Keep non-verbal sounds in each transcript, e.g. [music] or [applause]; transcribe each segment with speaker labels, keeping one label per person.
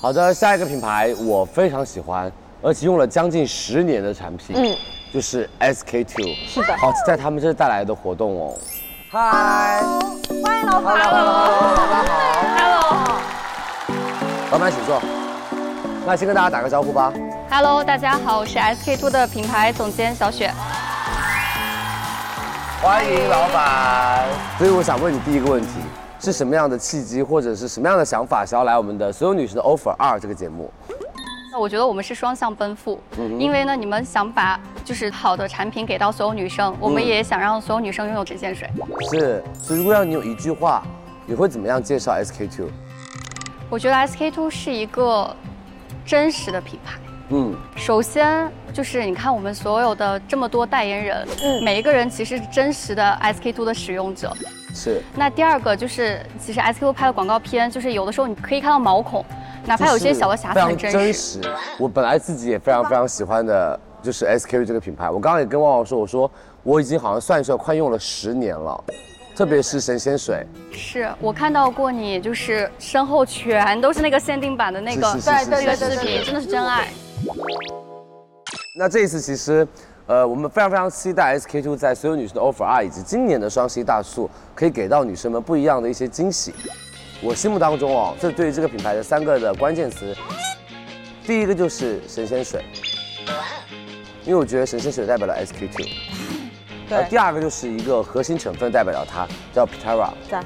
Speaker 1: 好的，下一个品牌我非常喜欢，而且用了将近十年的产品，嗯，就是 SK two。
Speaker 2: 是的
Speaker 1: 好，在他们这带来的活动哦。嗨，
Speaker 3: 欢迎老板。
Speaker 1: 大家好，老板请坐。那先跟大家打个招呼吧。
Speaker 4: Hello，大家好，我是 SK two 的品牌总监小雪。
Speaker 1: 欢迎哎老板。所以我想问你第一个问题，是什么样的契机，或者是什么样的想法，想要来我们的所有女神的 offer 二这个节目？
Speaker 4: 那我觉得我们是双向奔赴，
Speaker 1: 嗯
Speaker 4: 因为呢，你们想把就是好的产品给到所有女
Speaker 1: 嗯
Speaker 4: 生，我们也想让所有女生拥有这件水。
Speaker 1: 是，所以如果让你有一句话，你会怎么样介绍 SK two？
Speaker 4: 我觉得 SK two 是一个真实的品牌。
Speaker 1: 嗯，
Speaker 4: 首先就是你看我们所有的这么多代言人，
Speaker 1: 嗯
Speaker 4: 每一个人其实是真实的 SK two 的使用者。
Speaker 1: 是
Speaker 4: 那第二个就是，其实 SK two 拍的广告片，就是有的时候你可以看到毛孔，哪怕有些小的瑕疵
Speaker 1: 非常
Speaker 4: 很真实。
Speaker 1: 真实。我本来自己也非常非常喜欢的，就是 SK 这个品牌。我刚刚也跟旺旺说，我说我已经好像算一算，快用了十年了。特别是神仙水，
Speaker 4: 是我看到过你，就是身后全都是那个限定版的那个
Speaker 1: 是是是
Speaker 4: 对
Speaker 1: 是
Speaker 4: 对
Speaker 1: 是
Speaker 4: 视频，真的是真爱。
Speaker 1: 那这一次其实，呃，我们非常非常期待 SK two 在所有女生的 offer 啊二以及今年的双十一大促，可以给到女生们不一样的一些惊喜。我心目当中哦，这对于这个品牌的三个的关键词，第一个就是神仙水，因为我觉得神仙水代表了 SK two。然后
Speaker 2: 对
Speaker 1: 第二个就是一个核心成分代表了它，叫 Pitara。
Speaker 2: 对。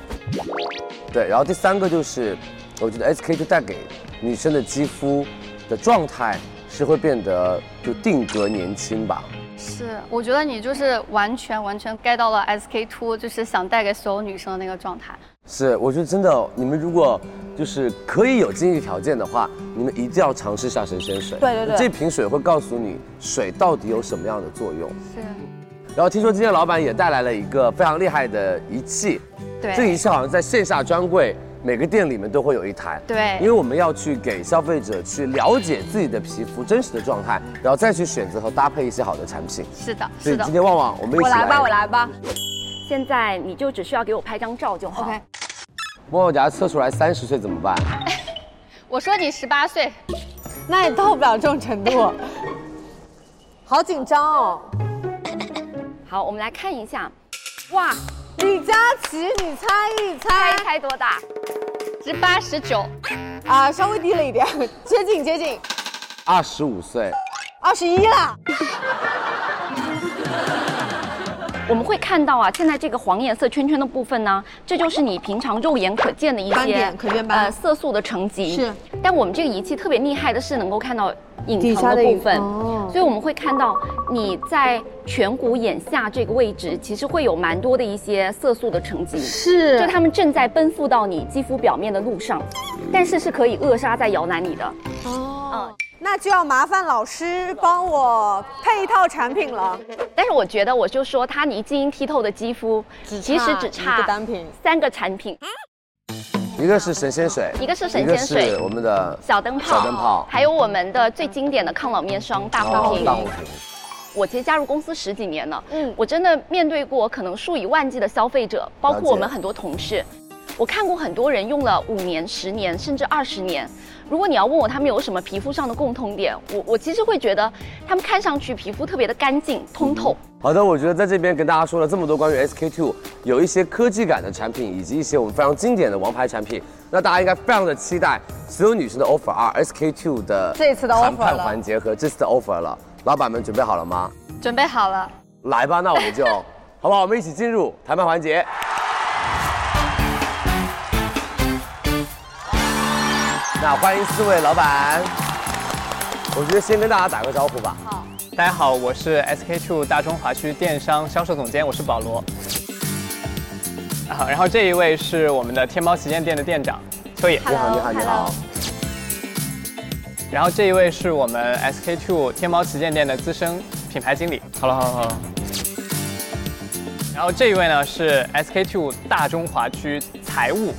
Speaker 1: 对，然后第三个就是，我觉得 SK two 带给女生的肌肤的状态是会变得就定格年轻吧。
Speaker 4: 是，我觉得你就是完全完全 get 到了 SK two，就是想带给所有女生的那个状态。
Speaker 1: 是，我觉得真的，你们如果就是可以有经济条件的话，你们一定要尝试一下神仙水。
Speaker 2: 对对对
Speaker 1: 这瓶水会告诉你水到底有什么样的作用。
Speaker 4: 是，
Speaker 1: 然后听说今天老板也带来了一个非常厉害的仪器，这个
Speaker 4: 对
Speaker 1: 仪器好像在线下专柜每个店里面都会有一台。因为
Speaker 4: 对，
Speaker 1: 我们要去给消费者去了解自己的皮肤真实的状态，然后再去选择和搭配一些好的产品。
Speaker 4: 是的，
Speaker 1: 所以
Speaker 4: 是的
Speaker 1: 今。天旺旺，我们
Speaker 2: 我
Speaker 1: 一起
Speaker 2: 来吧，我。来吧。
Speaker 3: 现在你就只需要给我拍张照就好。
Speaker 2: OK，
Speaker 1: 旺旺，假如测出来三十岁怎么办？
Speaker 4: 我说你十八岁，
Speaker 2: 那也到不了这种程
Speaker 3: [laughs]
Speaker 2: 度。好紧张哦，
Speaker 3: 好，我们来看一下。哇，
Speaker 2: 李佳琦，你猜一猜
Speaker 3: 猜一猜多大？
Speaker 4: 十八十九，
Speaker 2: 啊，稍微低了一点， [laughs] 接近接近，
Speaker 1: 二十五岁，
Speaker 2: 二十一了。
Speaker 3: 我们会看到啊，现在这个黄颜色圈圈的部分呢，这就是你平常肉眼可见的一些
Speaker 2: 斑点可见斑
Speaker 3: 呃色素的沉积。
Speaker 2: 是，
Speaker 3: 但我们这个仪器特别厉害的是能够看到
Speaker 2: 底
Speaker 3: 隐
Speaker 2: 下
Speaker 3: 藏
Speaker 2: 的
Speaker 3: 的
Speaker 2: 隐
Speaker 3: 部分，
Speaker 2: 哦
Speaker 3: 所以我们会看到你在颧骨眼下这个位置，其实会有蛮多的一些色素的沉积。
Speaker 2: 是
Speaker 3: 就它们正在奔赴到你肌肤表面的路上，但是是可以扼杀在摇篮里的。
Speaker 5: 嗯
Speaker 2: 哦，那就要麻烦老师帮我配一套产品了。
Speaker 3: 但是我觉得，我就说它离晶莹剔透的肌肤，其实只
Speaker 2: 一
Speaker 3: 差
Speaker 2: 个单品
Speaker 3: 三个产品，
Speaker 1: 一个是神仙水，
Speaker 3: 一个是神仙水
Speaker 1: 一个是我们的
Speaker 3: 小灯泡，
Speaker 1: 小灯泡
Speaker 3: 还有我们的最经典的抗老面霜大红瓶。
Speaker 1: 哦大红瓶。
Speaker 3: 我其实加入公司十几年了，嗯，我真的面对过可能数以万计的消费者，包
Speaker 1: 了解
Speaker 3: 括我们很多同事。我看过很多人用了五年、十年甚至二十年。如果你要问我他们有什么皮肤上的共通点，我我其实会觉得他们看上去皮肤特别的干净、通透。
Speaker 1: 好的，我觉得在这边跟大家说了这么多关于 SK two 有一些科技感的产品，以及一些我们非常经典的王牌产品，那大家应该非常的期待所有女生的 offer 二 SK two 的
Speaker 2: 这次的 offer
Speaker 1: 谈判
Speaker 2: 了
Speaker 1: 环节和这次的 offer 了。老板们准备好了吗？
Speaker 4: 准备好了。
Speaker 1: 来吧，那
Speaker 2: [laughs]
Speaker 1: 我们就好不好？我们一起进入谈判环节。那欢迎四位老板，我觉得先跟大家打个招呼吧。
Speaker 6: 大家好，我是 SK two 大中华区电商销售总监，我是保罗。啊，然后这一位是我们的天猫旗舰店的店长秋野，
Speaker 1: 你好，你好，你好。
Speaker 6: 然后这一位是我们 SK two 天猫旗舰店的资深品牌经理。Hello Hello Hello。然后这一位呢是 SK two 大中华区财务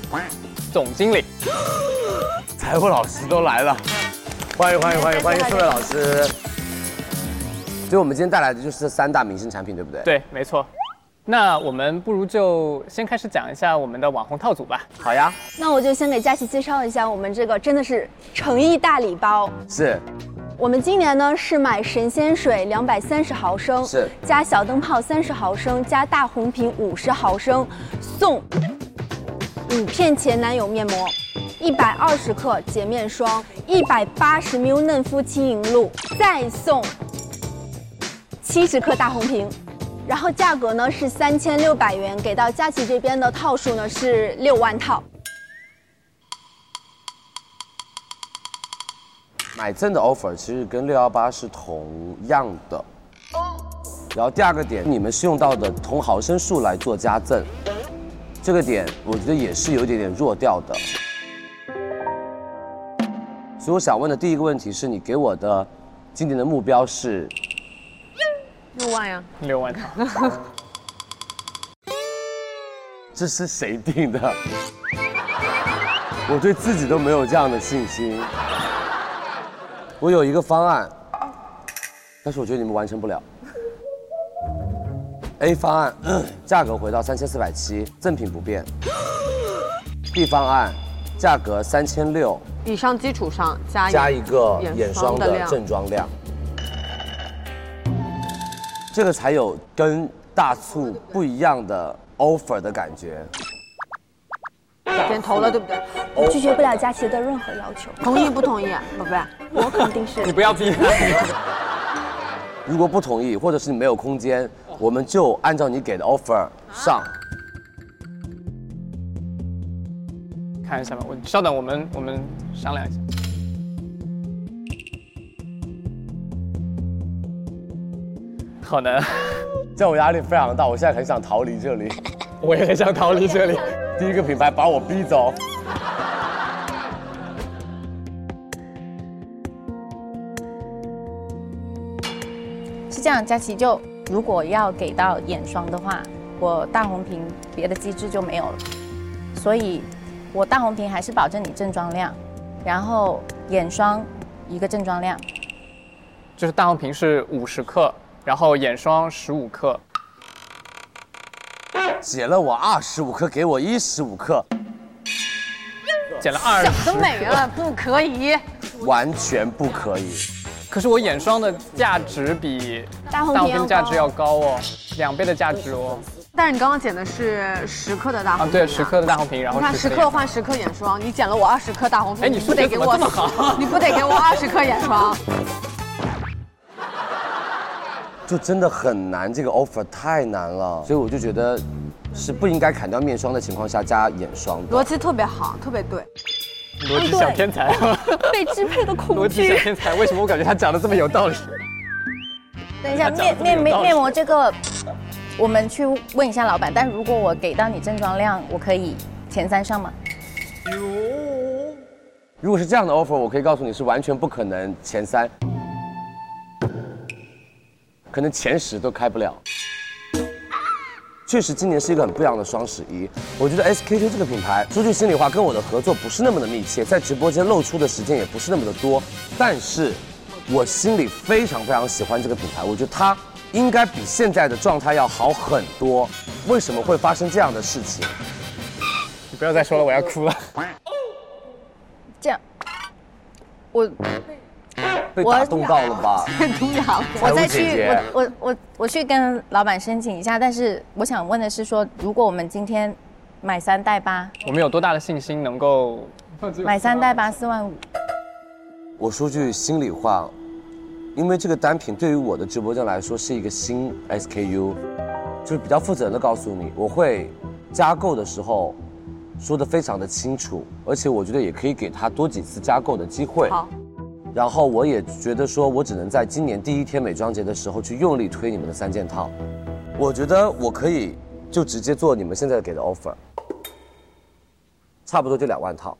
Speaker 6: 总经理。
Speaker 1: [gasps] 财务老师都来了，欢迎欢迎欢迎欢迎四位老师。所以我们今天带来的就是这三大明星产品，对不对？。
Speaker 6: 对，没错。那我们不如就先开始讲一下我们的网红套组吧。
Speaker 1: 好呀，
Speaker 5: 那我就先给佳琪介绍一下我们这个真的是诚意大礼包。
Speaker 1: 是
Speaker 5: 我们今年呢是买神仙水两百三十毫升，
Speaker 1: 是
Speaker 5: 加小灯泡三十毫升，加大红瓶五十毫升，送五片前男友面膜，一百二十克洁面霜，一百八十 ml 嫩肤轻盈露，再送七十克大红瓶。然后价格呢是三千六百元，给到佳琪这边的套数呢是六万套。
Speaker 1: 买赠的 offer 其实跟六幺八是同样的。然后第二个点，你们是用到的同毫升数来做加赠，这个点我觉得也是有一点点弱掉的。所以我想问的第一个问题是你给我的今年的目标是
Speaker 2: 六万呀， [laughs]
Speaker 6: 六万套，
Speaker 1: 这是谁定的？我对自己都没有这样的信心。我有一个方案，但是我觉得你们完成不了。A 方案，价格回到三千四百七，赠品不变。B 方案，价格三千六，
Speaker 2: 以上基础上加
Speaker 1: 加一个眼霜的正装量，这个才有跟大促不一样的 offer 的感觉。
Speaker 2: 点头了，对不对？
Speaker 5: 我拒绝不了佳琪的任何要求，
Speaker 2: 同意不同意、啊，宝贝？
Speaker 5: 我肯定是
Speaker 6: [laughs] 你不要逼他。
Speaker 1: 如果不同意，或者是你没有空间，我们就按照你给的 offer 上。
Speaker 6: 看一下吧，我稍等，我们我们商量一下。好难，
Speaker 1: 这样我压力非常大，我现在很想逃离这里。
Speaker 6: 我也很想逃离这里。
Speaker 1: 第一个品牌把我逼走。
Speaker 7: 是这样，佳琪就如果要给到眼霜的话，我大红瓶别的机制就没有了，所以我大红瓶还是保证你正装量，然后眼霜一个正装量，
Speaker 6: 就是大红瓶是五十克，然后眼霜十五克，
Speaker 1: 减了我二十五克，给我一十五克，
Speaker 6: 减了二十。
Speaker 2: 美了，不可以。
Speaker 1: 完全不可以。
Speaker 6: 可是我眼霜的价值比
Speaker 5: 大红
Speaker 6: 大红
Speaker 5: 瓶啊
Speaker 6: 瓶价值要高哦，两倍的价值哦。
Speaker 2: 但是你刚刚减的是十克的大
Speaker 6: 啊
Speaker 2: 红，瓶
Speaker 6: 对，十。克的大红瓶，然后
Speaker 2: 你看
Speaker 6: 十
Speaker 2: 十
Speaker 6: 克
Speaker 2: 克
Speaker 6: 的。
Speaker 2: 换十克眼霜，你减了我二十克大红瓶，
Speaker 6: 哎你
Speaker 2: 不得给我
Speaker 6: 数学怎么这么好
Speaker 2: 你不得给我二十克眼霜？
Speaker 1: 就真的很难，这个 offer 太难了，所以我就觉得是不应该砍掉面霜的情况下加眼霜
Speaker 2: 逻
Speaker 1: 的。
Speaker 2: 辑特别好，特别对。
Speaker 6: 逻辑小天才，
Speaker 2: [laughs]
Speaker 5: 被支配的恐
Speaker 6: 逻辑小天才，为什么我感觉他讲的这么有道理？
Speaker 7: 等一下，
Speaker 6: 他讲
Speaker 7: 面面
Speaker 6: 得这么有道
Speaker 7: 面
Speaker 6: 理
Speaker 7: 面膜这个，我们去问一下老板。但如果我给到你正装量，我可以前三上吗？
Speaker 1: 如果是这样的 offer，我可以告诉你是完全不可能前三，可能前十都开不了。确实，今年是一个很不一样的双十一。我觉得 SKT 这个品牌，说句心里话，跟我的合作不是那么的密切，在直播间露出的时间也不是那么的多。但是，我心里非常非常喜欢这个品牌，我觉得它应该比现在的状态要好很多。为什么会发生这样的事情？
Speaker 6: 你不要再说了，我要哭了。
Speaker 7: 这样，
Speaker 1: 被打动到了吧？
Speaker 7: [laughs] 我再
Speaker 1: 财务姐
Speaker 7: 去
Speaker 1: 姐
Speaker 7: 我我我我去跟老板申请一下。但是我想问的是说，如果我们今天买三带八，
Speaker 6: 我们有多大的信心能够
Speaker 7: 买三带啊八四万五，
Speaker 1: 我说句心里话，因为这个单品对于我的直播间来说是一个新 SKU，就是比较负责任的告诉你，我会加购的时候说的非常的清楚，而且我觉得也可以给他多几次加购的机会。
Speaker 2: 好，
Speaker 1: 然后我也觉得说，我只能在今年第一天美妆节的时候去用力推你们的三件套。我觉得我可以就直接做你们现在给的 offer，差不多就两万套。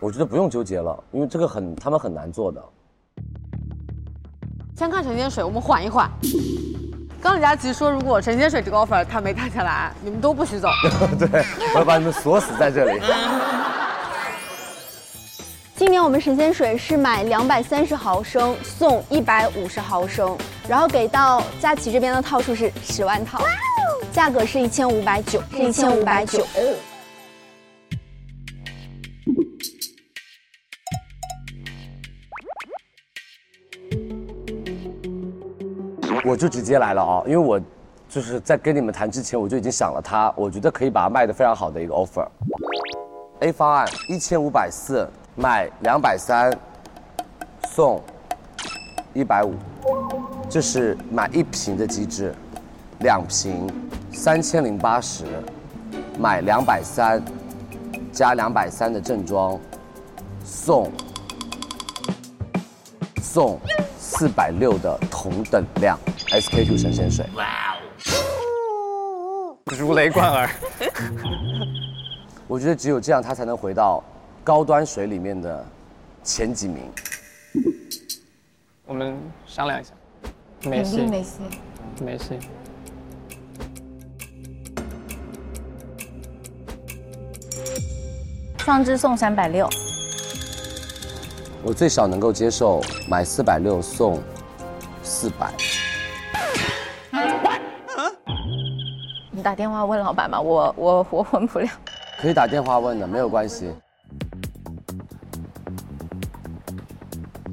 Speaker 1: 我觉得不用纠结了，因为这个很他们很难做的。
Speaker 2: 先看神仙水，我们缓一缓。刚李佳琦说，如果神仙水这个 offer 他没谈下来，你们都不
Speaker 1: [laughs]
Speaker 2: 许走。
Speaker 1: 对，我要把你们锁死在这里。
Speaker 5: 今年我们神仙水是买两百三十毫升送一百五十毫升，然后给到佳琪这边的套数是十万套，价格是一千五百九，是一千五百九。
Speaker 1: [laughs] 我就直接来了啊，因为我就是在跟你们谈之前，我就已经想了它，我觉得可以把它卖得非常好的一个 offer。A 方案一千五百四买两百三，送一百五，这是买一瓶的机制，两瓶三千零八十，买两百三加两百三的正装，送送四百六的同等量 SK two 神仙水。
Speaker 6: 如雷贯耳。
Speaker 1: 我觉得只有这样，它才能回到高端水里面的前几名。
Speaker 6: 我们商量一下，没戏，没戏，没戏。
Speaker 7: 创智送三百六，
Speaker 1: 我最少能够接受买四百六送四百，
Speaker 7: 啊你打电话问老板吧，我我我混不了。
Speaker 1: 可以打电话问的，没有关系。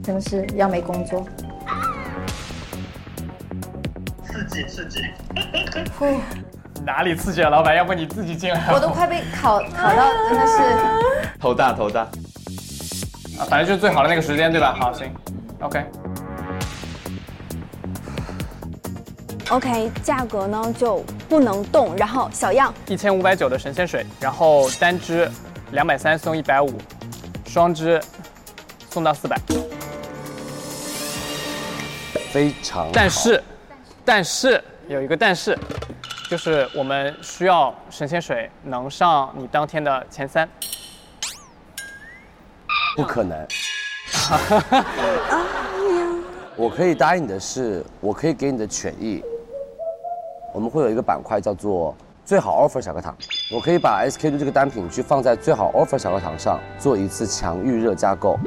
Speaker 7: 真的是要没工作。
Speaker 5: 哎
Speaker 6: 哪里刺激了啊老板？要不你自己进来。
Speaker 8: 我都快被考考到，真的是
Speaker 9: 头大头大，
Speaker 6: 啊反正就是最好的那个时间，对吧？好，行，OK。
Speaker 5: OK，价格呢就不能动，然后小样
Speaker 6: 一千五百九的神仙水，然后单支两百三送一百五，双支送到四百。
Speaker 1: 非常好
Speaker 6: 但是，但是有一个但是，就是我们需要神仙水能上你当天的前三。
Speaker 1: 不可能。我可以答应你的是，我可以给你的权益。我们会有一个板块叫做“最好 offer 小课堂”，我可以把 SK two 这个单品去放在“最好 offer 小课堂”上做一次强预热加购。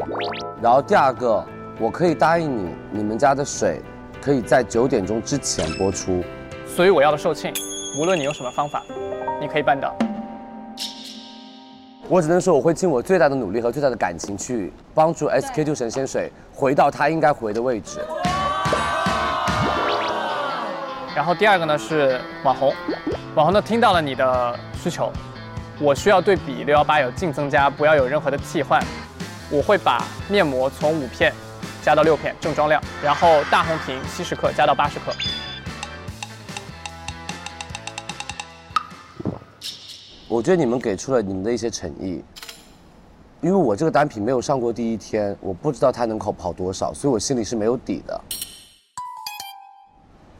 Speaker 1: 然后第二个，我可以答应你，你们家的水可以在九点钟之前播出。
Speaker 6: 所以我要的售罄，无论你用什么方法，你可以办到。
Speaker 1: 我只能说，我会尽我最大的努力和最大的感情去帮助 SK two 神仙水回到它应该回的位置。
Speaker 6: 然后第二个呢是网红，网红呢听到了你的需求，我需要对比六幺八有净增加，不要有任何的替换。我会把面膜从五片加到六片正装量，然后大红瓶七十克加到八十克。
Speaker 1: 我觉得你们给出了你们的一些诚意，因为我这个单品没有上过第一天，我不知道它能跑跑多少，所以我心里是没有底的。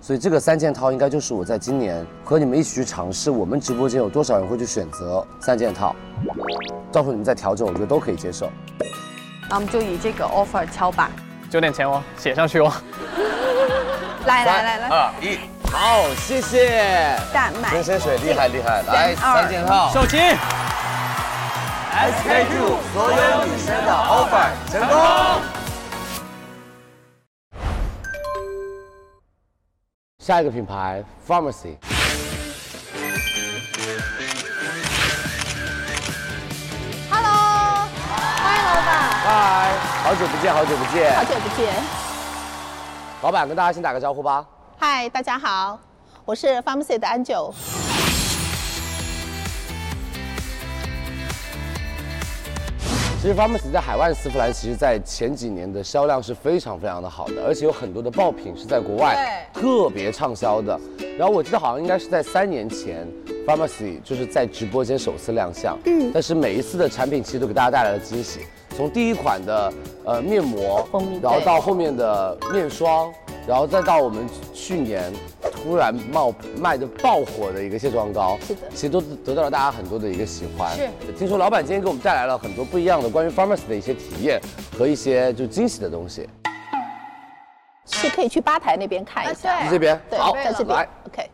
Speaker 1: 所以这个三件套应该就是我在今年和你们一起去尝试，我们直播间有多少人会去选择三件套，到时候你们再调整，我觉得都可以接受。
Speaker 2: 那我们就以这个 offer 敲板。
Speaker 6: 九点前哦，写上去哦。
Speaker 5: 来来来来，
Speaker 1: 二啊一，好，谢谢。
Speaker 5: 大买
Speaker 1: 神仙水厉害厉害，来
Speaker 5: 二
Speaker 1: 三件套
Speaker 6: 手机，
Speaker 1: ，SK two 所有女生的 offer 成功。下一个品牌 Pharmacy，
Speaker 8: ，Hello，欢迎老板，
Speaker 1: 嗨，好久不见，好久不见，
Speaker 8: [laughs] 好久不见。
Speaker 1: 老板跟大家先打个招呼吧。
Speaker 8: 嗨，大家好，我是 Pharmacy 的安九。
Speaker 1: 其实 Pharmacy 在海外丝芙兰，其实在前几年的销量是非常非常的好的，而且有很多的爆品是在国外特别畅销的。然后我记得好像应该是在三年前，Pharmacy 就是在直播间首次亮相。嗯，但是每一次的产品其实都给大家带来了惊喜，从第一款的呃面膜
Speaker 7: 蜂蜜，
Speaker 1: 然后
Speaker 7: 对
Speaker 1: 到后面的面霜，然后再到我们去年突然冒卖的爆火的一个卸妆膏，
Speaker 8: 是的
Speaker 1: 其实都得到了大家很多的一个喜欢。
Speaker 8: 是，
Speaker 1: 啊听说老板今天给我们带来了很多不一样的关于 pharmacy 的一些体验和一些就惊喜的东西。
Speaker 8: 是可以去吧台那边看一下。
Speaker 1: 你这边
Speaker 8: 对，
Speaker 1: 好，
Speaker 8: 在这
Speaker 1: 来
Speaker 8: 边。OK。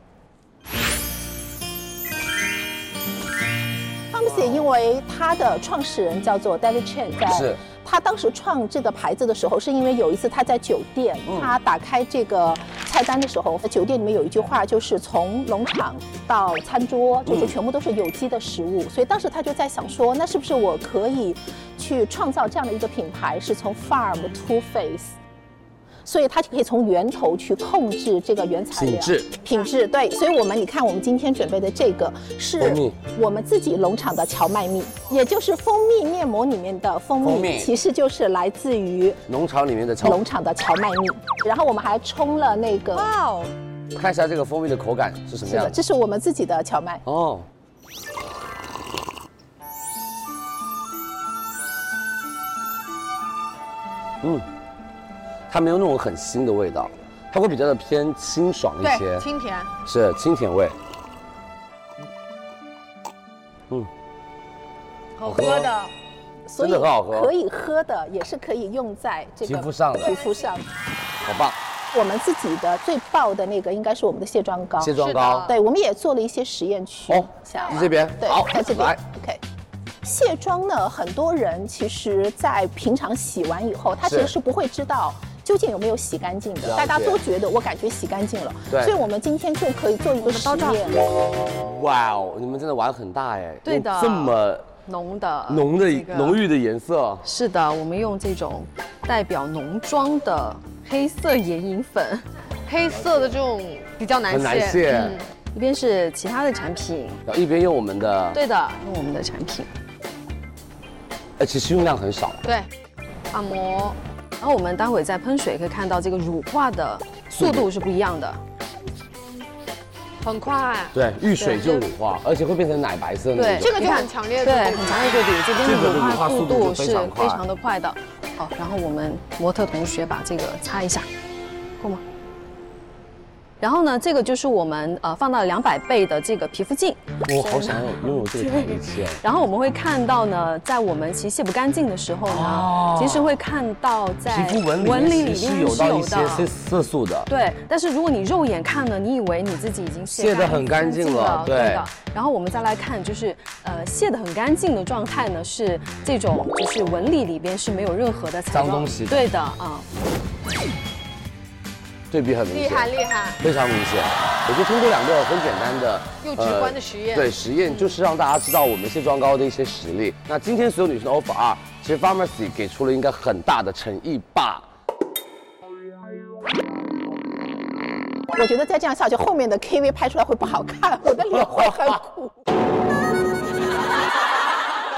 Speaker 8: Pharmacy 因为它的创始人叫做 David Chen，在
Speaker 1: 是
Speaker 8: 他当时创这个牌子的时候，是因为有一次他在酒店，
Speaker 1: 嗯
Speaker 8: 他打开这个菜单的时候，酒店里面有一句话，就是从农场到餐桌，
Speaker 1: 嗯
Speaker 8: 就是全部都是有机的食物。所以当时他就在想说，那是不是我可以去创造这样的一个品牌，是从 farm to face。所以它就可以从源头去控制这个原材料
Speaker 1: 品质，
Speaker 8: 品质对。所以我们你看，我们今天准备的这个
Speaker 1: 蜂
Speaker 8: 是
Speaker 1: 蜜
Speaker 8: 我们自己农场的荞麦蜜，也就是蜂蜜面膜里面的蜂蜜，
Speaker 1: 蜂蜜
Speaker 8: 其实就是来自于
Speaker 1: 农场里面的草
Speaker 8: 农，场的荞麦蜜。然后我们还冲了那个，
Speaker 2: 哇哦，
Speaker 1: 看一下这个蜂蜜的口感是什么
Speaker 8: 是
Speaker 1: 样的
Speaker 8: 的，这是我们自己的荞麦，
Speaker 1: 哦。嗯，它没有那种很腥的味道，它会比较的偏清爽一些
Speaker 2: 对，，清甜，
Speaker 1: 是清甜味。
Speaker 2: 好
Speaker 1: 喝
Speaker 2: 喝的。
Speaker 8: 所以
Speaker 1: 真的很好喝
Speaker 8: 可以喝的，也是可以用在这个
Speaker 1: 皮肤上的
Speaker 8: 皮肤上。
Speaker 1: 好棒！
Speaker 8: 我们自己的最爆的那个应该是我们的卸妆膏，
Speaker 1: 卸妆膏
Speaker 8: 对，我们也做了一些实验区。
Speaker 1: 哦
Speaker 8: 像
Speaker 1: 你这边
Speaker 8: 对
Speaker 1: 好，
Speaker 8: 在这边
Speaker 1: 来。
Speaker 8: OK。卸妆呢，很多人其实，在平常洗完以后，他其
Speaker 1: 是
Speaker 8: 实是不会知道究竟有没有洗干净的
Speaker 1: 了。
Speaker 8: 大家
Speaker 1: 解
Speaker 8: 都觉得我感觉洗干净了，
Speaker 1: 对
Speaker 8: 所以我们今天就可以做一个实验。
Speaker 1: 哇哦，你们真的玩很大哎，
Speaker 9: 对的
Speaker 1: 用这么
Speaker 9: 浓的
Speaker 1: 浓的、
Speaker 9: 呃这个
Speaker 1: 浓郁的颜色，
Speaker 9: 是的，我们用这种代表浓妆的黑色眼影
Speaker 1: [laughs]
Speaker 9: 粉，
Speaker 2: 黑色的这种比较难
Speaker 1: 很难
Speaker 2: 卸，
Speaker 1: 卸，
Speaker 9: 嗯一边是其他的产品，
Speaker 1: 然后一边用我们的，
Speaker 9: 嗯对的，用我们的产品，
Speaker 1: 哎，其实用量很少，
Speaker 2: 对，按摩，
Speaker 9: 然后我们待会在喷水可以看到这个乳化的速度是不一样的，
Speaker 1: 嗯
Speaker 2: 很快，
Speaker 1: 对，遇水就乳化，而且会变成奶白色那
Speaker 9: 对
Speaker 1: 种
Speaker 2: 这。个就很强烈的
Speaker 9: 对，
Speaker 2: 对
Speaker 9: 很
Speaker 2: 比，
Speaker 9: 强烈对比，这边
Speaker 1: 这个
Speaker 9: 的
Speaker 1: 的
Speaker 9: 乳
Speaker 1: 乳化
Speaker 9: 化
Speaker 1: 速
Speaker 9: 速
Speaker 1: 度
Speaker 9: 度
Speaker 1: 就非
Speaker 9: 是
Speaker 1: 常快
Speaker 9: 非常的快的。好，然后我们模特同学把这个擦一下，够吗？然后呢，这个就是我们呃放到两百倍的这个皮肤镜，
Speaker 1: 我好啊想有拥有这个台历器哦。
Speaker 9: 然后我们会看到呢，在我们其实卸不干净的时候呢，其实会看到在
Speaker 1: 哦皮肤纹理
Speaker 9: 理里
Speaker 1: 其实
Speaker 9: 面
Speaker 1: 是有
Speaker 9: 是
Speaker 1: 到一
Speaker 9: 有
Speaker 1: 些色
Speaker 9: 的。
Speaker 1: 色素的，
Speaker 9: 对，但是如果你肉眼看呢，你以为你自己已经
Speaker 1: 卸
Speaker 9: 卸
Speaker 1: 得很干净
Speaker 9: 净
Speaker 1: 了
Speaker 9: 对
Speaker 1: 对
Speaker 9: 的。然后我们再来看，就是呃卸得很干净的状态呢，是这种就是纹理里边是没有任何的彩
Speaker 1: 脏
Speaker 9: 妆
Speaker 1: 东西的
Speaker 9: 对的啊，
Speaker 1: 对比很明
Speaker 2: 厉
Speaker 1: 显，
Speaker 2: 害厉害，
Speaker 1: 非常明显。我觉得通过两个很简单的
Speaker 2: 又直观的实验
Speaker 1: 呃对实验就是让大家知道我们卸妆膏的一些实力。那今天所有女生的 offer 二，其实 Pharmacy 给出了应该很大的诚意吧。
Speaker 8: 我觉得再这样下去，后面的 KV 拍出来会不好看，我的脸会很苦。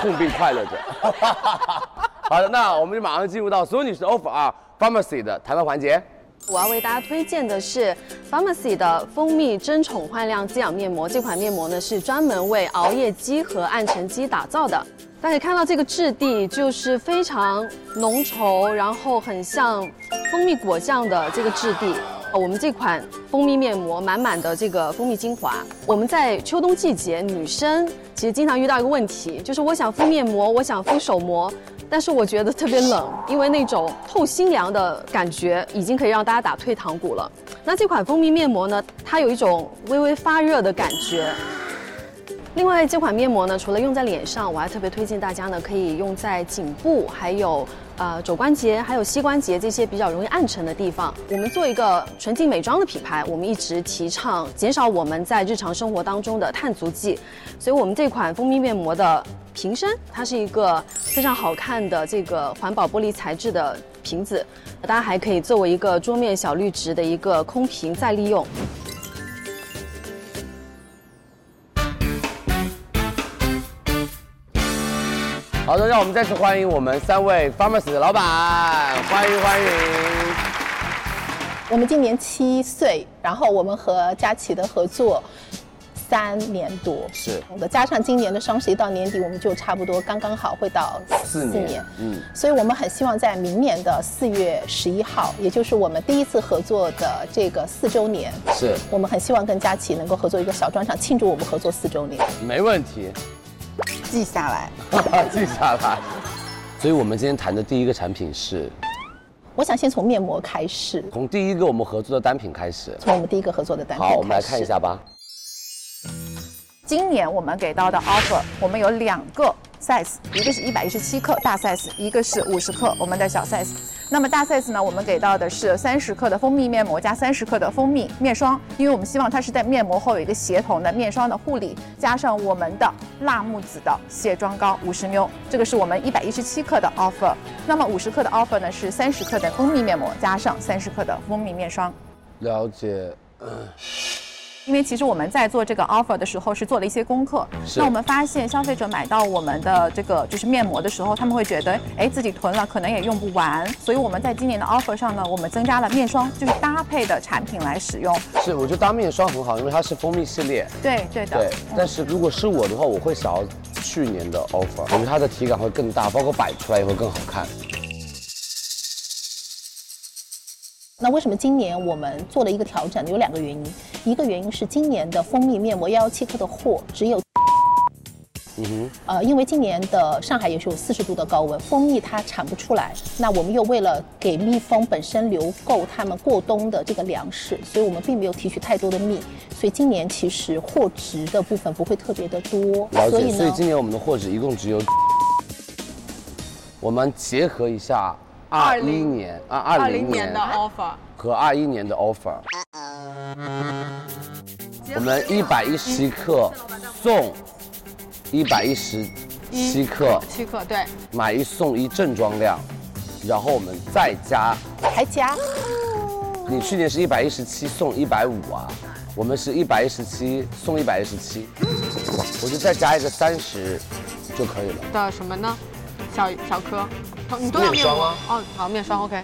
Speaker 1: 痛并快乐着。 [laughs] 好的，那我们就马上进入到所有女生的 offer 啊 pharmacy 的谈判环节。
Speaker 9: 我要为大家推荐的是 Pharmacy 的蜂蜜真宠焕亮滋养面膜。这款面膜呢是专门为熬夜肌和暗沉肌打造的。大家可以看到这个质地就是非常浓稠，然后很像蜂蜜果酱的这个质地。呃我们这款蜂蜜面膜满满的这个蜂蜜精华，我们在秋冬季节，女生其实经常遇到一个问题，就是我想敷面膜，我想敷手膜，但是我觉得特别冷，因为那种透心凉的感觉已经可以让大家打退堂鼓了。那这款蜂蜜面膜呢，它有一种微微发热的感觉。另外，这款面膜呢，除了用在脸上，我还特别推荐大家呢，可以用在颈部，还有呃肘关节，还有膝关节这些比较容易暗沉的地方。我们做一个纯净美妆的品牌，我们一直提倡减少我们在日常生活当中的碳足迹，所以我们这款蜂蜜面膜的瓶身，它是一个非常好看的这个环保玻璃材质的瓶子，大家还可以作为一个桌面小绿植的一个空瓶再利用。
Speaker 1: 好的，让我们再次欢迎我们三位 pharmacy 的老板，欢迎欢迎。
Speaker 8: 我们今年七岁，然后我们和佳琦的合作三年多，
Speaker 1: 是
Speaker 8: 的，加上今年的双十一到年底，我们就差不多刚刚好会到
Speaker 1: 四
Speaker 8: 四
Speaker 1: 年
Speaker 8: 年，
Speaker 1: 嗯
Speaker 8: 嗯，所以我们很希望在明年的四月十一号，也就是我们第一次合作的这个四周年，
Speaker 1: 是，
Speaker 8: 我们很希望跟佳琦能够合作一个小专场，庆祝我们合作四周年。
Speaker 1: 没问题， [laughs]
Speaker 7: 记下来。
Speaker 1: 记下来。所以我们今天谈的第一个产品是
Speaker 8: 我想先从面膜开始，
Speaker 1: 从第一个我们合作的单品开始。
Speaker 8: 从我们第一个合作的单品
Speaker 1: 好，我们来
Speaker 8: 开始
Speaker 1: 看一下吧。
Speaker 7: 今年我们给到的 offer，我们有两个 size，一个是一百一十七克大 size，一个是五十克我们的小 size。那么大 size 呢，我们给到的是三十克的蜂蜜面膜加三十克的蜂蜜面霜，因为我们希望它是在面膜后有一个协同的面霜的护理，加上我们的辣木籽的卸妆膏五十 ml，这个是我们一百一十七克的 offer。那么五十克的 offer 呢是三十克的蜂蜜面膜加上三十克的蜂蜜面霜。
Speaker 1: 了解。
Speaker 7: 因为其实我们在做这个 offer 的时候是做了一些功课，
Speaker 1: 是
Speaker 7: 那我们发现消费者买到我们的这个就是面膜的时候，他们会觉得，哎，自己囤了可能也用不完，所以我们在今年的 offer 上呢，我们增加了面霜，就是搭配的产品来使用。
Speaker 1: 是，我觉得搭面霜很好，因为它是蜂蜜系列。
Speaker 7: 对对的，
Speaker 1: 对，
Speaker 7: 嗯
Speaker 1: 但是如果是我的话，我会想要去年的 offer，我觉得它的体感会更大，包括摆出来也会更好看。
Speaker 8: 那为什么今年我们做了一个调整？有两个原因，一个原因是今年的蜂蜜面膜幺幺七克的货只有。
Speaker 1: 嗯
Speaker 8: 呃，因为今年的上海也是有四十度的高温，蜂蜜它产不出来，那我们又为了给蜜蜂本身留够它们过冬的这个粮食，所以我们并没有提取太多的蜜，所以今年其实货值的部分不会特别的多
Speaker 1: 哼，了，
Speaker 8: 所
Speaker 1: 解。
Speaker 8: 以
Speaker 1: 所以
Speaker 8: 呢，
Speaker 1: 今年我们的货值一共只有，我们结合一下二一
Speaker 2: 20
Speaker 1: 年啊二零
Speaker 2: 的 offer，
Speaker 1: 和二一年的 offer，我们一百一十克送一百一十七克，
Speaker 2: 七克对，
Speaker 1: 买一送一正装量，然后我们再加，
Speaker 8: 还加
Speaker 1: 你去年是一百一十七送一百五啊，我们是一百一十七送一百一十七，我就再加一个三十就可以了。
Speaker 2: 的什么呢？小小颗，哦你都要面膜
Speaker 1: 面啊
Speaker 2: 哦，好面霜 OK。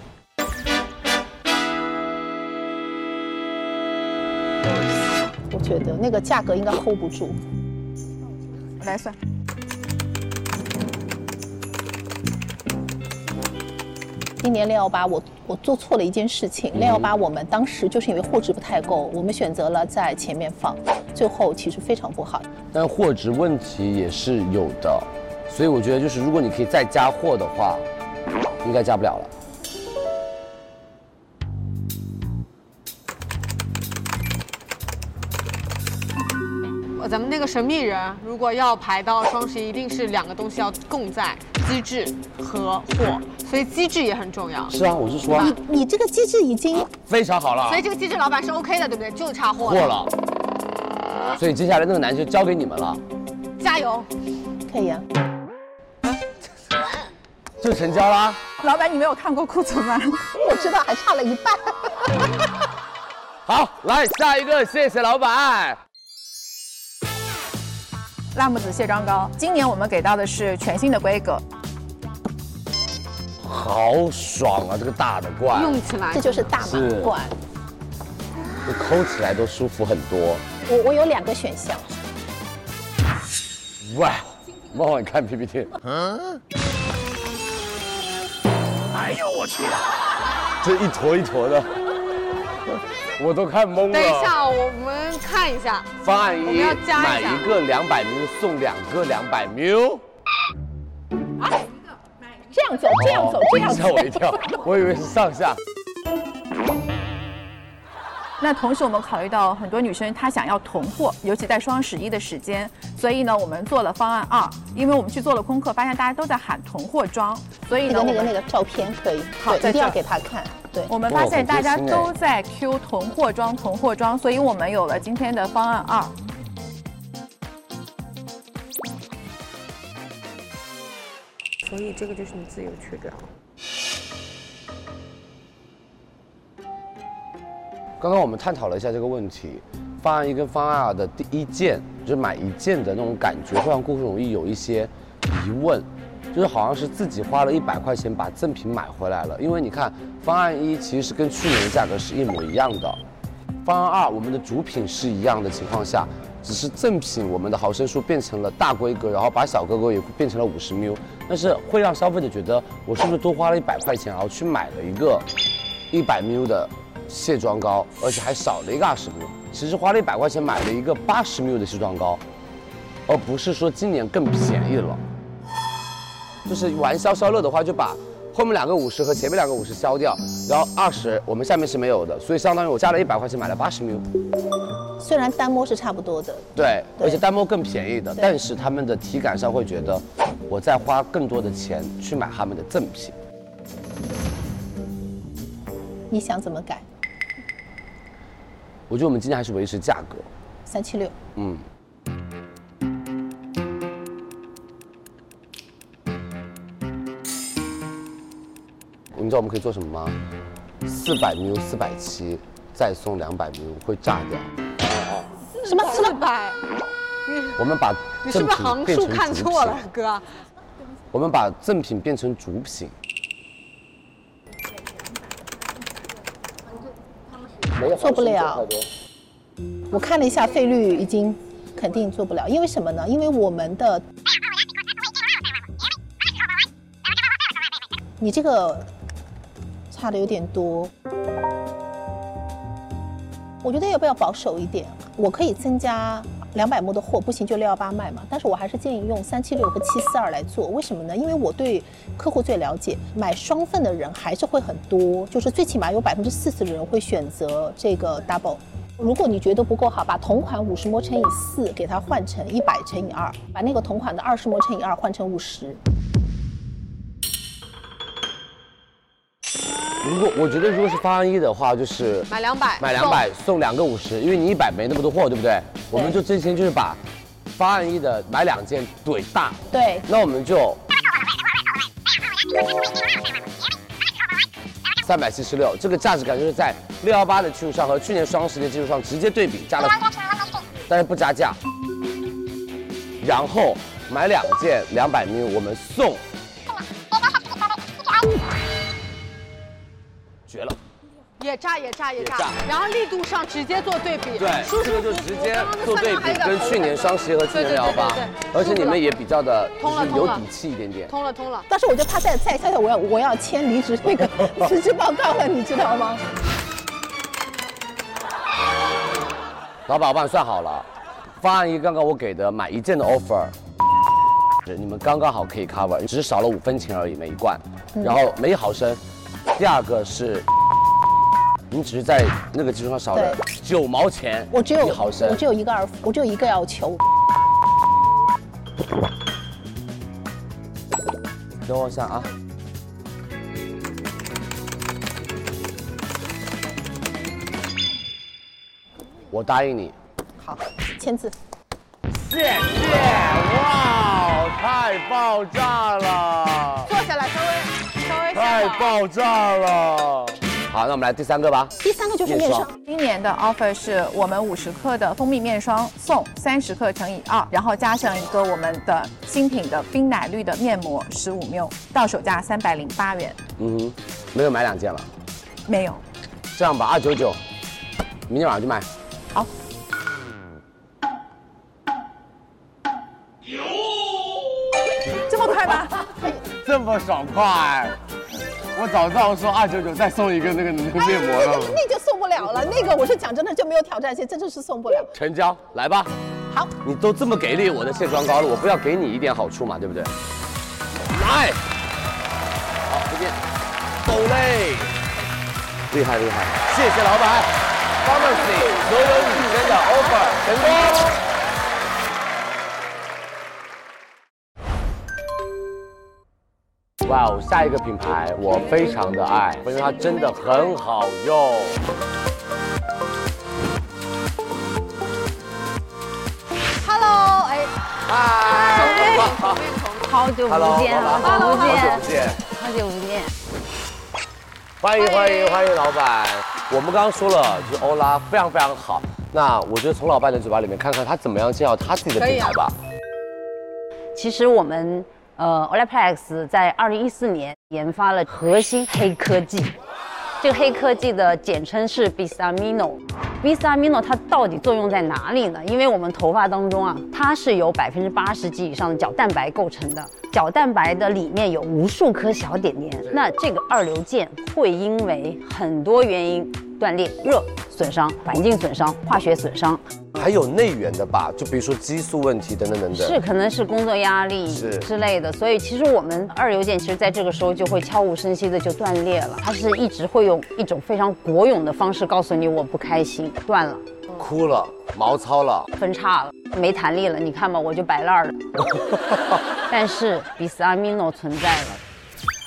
Speaker 8: 我觉得那个价格应该 hold 不住。
Speaker 7: 来算。
Speaker 8: 今年六幺八，我我做错了一件事情。
Speaker 1: 嗯
Speaker 8: 六幺八，我们当时就是因为货值不太够，我们选择了在前面放，最后其实非常不好。
Speaker 1: 但货值问题也是有的，所以我觉得就是如果你可以再加货的话，应该加不了了。
Speaker 2: 呃咱们那个神秘人，如果要排到双十一，一定是两个东西要共在：机制和货。所以机制也很重要。
Speaker 1: 是啊，我是说啊、
Speaker 8: 你这个机制已经
Speaker 1: 非常好了啊。
Speaker 2: 所以这个机制老板是 OK 的，对不对？就差货
Speaker 1: 过了。所以接下来那个难就交给你们了，
Speaker 2: 加油！
Speaker 8: 可以啊，
Speaker 1: [laughs] 就成交啦。
Speaker 7: 老板，你没有看过库存吗？
Speaker 8: [laughs] 我知道还差了一半。
Speaker 1: 好，来下一个，谢谢老板。
Speaker 7: 辣木籽卸妆膏，今年我们给到的是全新的规格，
Speaker 1: 好爽啊，这个大的罐，
Speaker 2: 用起来
Speaker 8: 这就是大
Speaker 1: 是
Speaker 8: 满贯。
Speaker 1: 就抠起来都舒服很多。
Speaker 8: 我我有两个选项，
Speaker 1: 哇，旺旺你看 PPT，嗯，哎呦我去，这一坨一坨的，我都看懵了。
Speaker 2: 等一下，我们看一下，
Speaker 1: 方案
Speaker 2: 我们
Speaker 1: 一
Speaker 2: 要，加一
Speaker 1: 买
Speaker 2: 下
Speaker 1: 一个两百 ml 送两个两百 ml。
Speaker 2: 啊
Speaker 8: 这样走，这样走，这样
Speaker 1: 吓
Speaker 8: 走
Speaker 1: 哦我。一跳，我以为是上下。
Speaker 7: 那同时，我们考虑到很多女生她想要囤货，尤其在双十一的时间，所以呢，我们做了方案二，因为我们去做了功课，发现大家都在喊囤货装，所以
Speaker 8: 那
Speaker 7: 呢，
Speaker 8: 个那
Speaker 7: 我
Speaker 8: 个
Speaker 7: 们
Speaker 8: 那个照片可以，
Speaker 7: 好
Speaker 8: 对
Speaker 7: 在
Speaker 8: 一定要
Speaker 7: 这儿
Speaker 8: 给他看。对，
Speaker 7: 我们发现大家都在 Q 囤货装，囤货装，所以我们有了今天的方案二。
Speaker 2: 所以这个就是你自由去掉。
Speaker 1: 刚刚我们探讨了一下这个问题，方案一跟方案二啊的第一件，就是买一件的那种感觉，会让顾客容易有一些疑问，就是好像是自己花了一百块钱把赠品买回来了，因为你看方案一其实跟去年的价格是一模一样的，方案二我们的主品是一样的情况下，只是赠品我们的毫升数变成了大规格，然后把小规格也变成了五十 ml，但是会让消费者觉得我是不是多花了一百块钱，然后去买了一个一百 ml 的卸妆膏，而且还少了一个二十 ml，其实花了一百块钱买了一个八十 ml 的卸妆膏，而不是说今年更便宜了。就是玩消消乐的话，就把后面两个五十和前面两个五十消掉，然后二十我们下面是没有的，所以相当于我加了一百块钱买了八十 ml。
Speaker 8: 虽然单摸是差不多的，
Speaker 1: 对，
Speaker 8: 对
Speaker 1: 而且单摸更便宜的，但是他们的体感上会觉得我在花更多的钱去买他们的赠品。
Speaker 8: 你想怎么改？
Speaker 1: 我觉得我们今天还是维持价格，
Speaker 8: 三七六，
Speaker 1: 嗯。你知道我们可以做什么吗？四百 ml 四百七，再送两百 ml 会炸掉。
Speaker 2: 什么四百？
Speaker 1: 我们把
Speaker 2: 你是
Speaker 1: 赠
Speaker 2: 不是
Speaker 1: 品
Speaker 2: 行
Speaker 1: 变
Speaker 2: 数
Speaker 1: 成
Speaker 2: 看
Speaker 1: 主
Speaker 2: 错
Speaker 1: 品
Speaker 2: 了，哥？
Speaker 1: 我们把赠品变成主品。没有
Speaker 8: 做不了。我看了一下费率，已经肯定做不了，因为什么呢？因为我们的，你这个差的有点多。我觉得要不要保守一点？我可以增加两百模的货，不行就六幺八卖嘛。但是我还是建议用三七六和七四二来做，为什么呢？因为我对客户最了解，买双份的人还是会很多，就是最起码有百分之四十的人会选择这个 double。如果你觉得不够好，把同款五十模乘以四，给它换成一百乘以二，把那个同款的二十模乘以二换成五十。
Speaker 1: 如果我觉得如果是方案一的话，就是
Speaker 2: 买两百，
Speaker 1: 买两百送两个五十，因为你一百没那么多货，对不对？我们就之前就是把方案一的买两件怼大，
Speaker 8: 对，
Speaker 1: 那我们就三百七十六，这个价值感就是在六幺八的基础上和去年双十的基础上直接对比加了，但是不加价。然后买两件两百 ml，我们送，绝了。
Speaker 2: 也炸也炸也炸
Speaker 1: 也炸，
Speaker 2: 然后力度上直接做对比，
Speaker 1: 对，
Speaker 2: 舒
Speaker 1: 这
Speaker 2: 舒
Speaker 1: 个
Speaker 2: 服
Speaker 1: 就
Speaker 2: 服。
Speaker 1: 直接
Speaker 2: 刚刚那
Speaker 1: 做
Speaker 2: 算
Speaker 1: 对
Speaker 2: 法还
Speaker 1: 比
Speaker 2: 有，点
Speaker 1: 跟去年双十一和去年六幺八
Speaker 2: 对对对对，对
Speaker 1: 而且你们也比较的，就
Speaker 2: 通了
Speaker 1: 是
Speaker 2: 通
Speaker 1: 有
Speaker 2: 了
Speaker 1: 底气一点点。
Speaker 2: 通了通了。
Speaker 8: 但是我就怕再再下去，我要我要签离职那个 [laughs] 辞职报告了，你知道吗？
Speaker 1: 老板，我帮你算好了，方案一刚刚我给的买一件的 offer，你们刚刚好可以 cover，只是少了五分钱而已，每一罐。然后每一毫升，第二个是，你只是在那个基础上少了九毛钱，
Speaker 8: 我只有
Speaker 1: 一毫升
Speaker 8: 我。只有一个二，我只有一个要求。
Speaker 1: 等我一下啊。我答应你，
Speaker 8: 好，签字。
Speaker 1: 谢谢，哇，哦太爆炸了，
Speaker 2: 坐下来，稍微稍微下好。
Speaker 1: 爆炸了。好，那我们来第三个吧，
Speaker 8: 第三个就是面
Speaker 1: 面
Speaker 8: 霜，
Speaker 7: 今年的 offer 是我们五十克的蜂蜜面霜送三十克乘以二，然后加上一个我们的新品的冰奶绿的面膜十五 ml，到手价三百零八元。
Speaker 1: 嗯哼，没有买两件了，
Speaker 7: 没有，
Speaker 1: 这样吧，二九九，明天晚上就买。
Speaker 7: 好。这么快吗？
Speaker 10: 这么爽快！我早知道说二九九再送一个那个面膜
Speaker 8: 那
Speaker 10: 了
Speaker 8: 个。那就送不了了。那个我是讲真的就没有挑战性，真的是送不了。
Speaker 1: 成交，来吧。
Speaker 8: 好，
Speaker 1: 你都这么给力我的卸妆膏了，我不要给你一点好处嘛，对不对？来，好，再见，走嘞。厉害厉害，谢谢老板。Pharmacy 所有女生的 offer 成功。哇哦，下一个品牌我非常的爱，因为它真的很好用。
Speaker 2: Hello，哎，
Speaker 1: 嗨
Speaker 2: 重面重面
Speaker 3: 好久
Speaker 1: ，Hello，
Speaker 3: 不见，
Speaker 1: 老板
Speaker 3: 好久不
Speaker 1: 好久
Speaker 3: 见
Speaker 1: 不，见。
Speaker 3: 好久不见。
Speaker 1: 欢迎欢迎欢迎老板！我们刚刚说了，就是欧拉非常非常好。那我觉得从老板的嘴巴里面看看他怎么样介绍他自己的
Speaker 2: 可以
Speaker 1: 品
Speaker 2: 啊
Speaker 1: 牌吧。
Speaker 11: 其实我们呃 Olaplex 在二零一四年研发了核心黑科技，这个黑科技的简称是 Bisamino。Bisamino 它到底作用在哪里呢？因为我们头发当中啊，它是由百分之八十及以上的角蛋白构成的，角蛋白的里面有无数颗小点点。那这个二硫键会因为很多原因断裂、热损伤、环境损伤、化学损伤，
Speaker 1: 还有内源的吧，就比如说激素问题等等等等。
Speaker 11: 是，可能是工作压力
Speaker 1: 是
Speaker 11: 之类的，所以其实我们二油碱其实在这个时候就会悄无声息的就断裂了，它是一直会用一种非常国勇的方式告诉你我不开心，断了，
Speaker 1: 哭了，毛糙了，
Speaker 11: 分叉了，没弹力了，你看吧，我就摆
Speaker 1: [laughs]
Speaker 11: 烂儿了。但是比斯阿米诺存在了。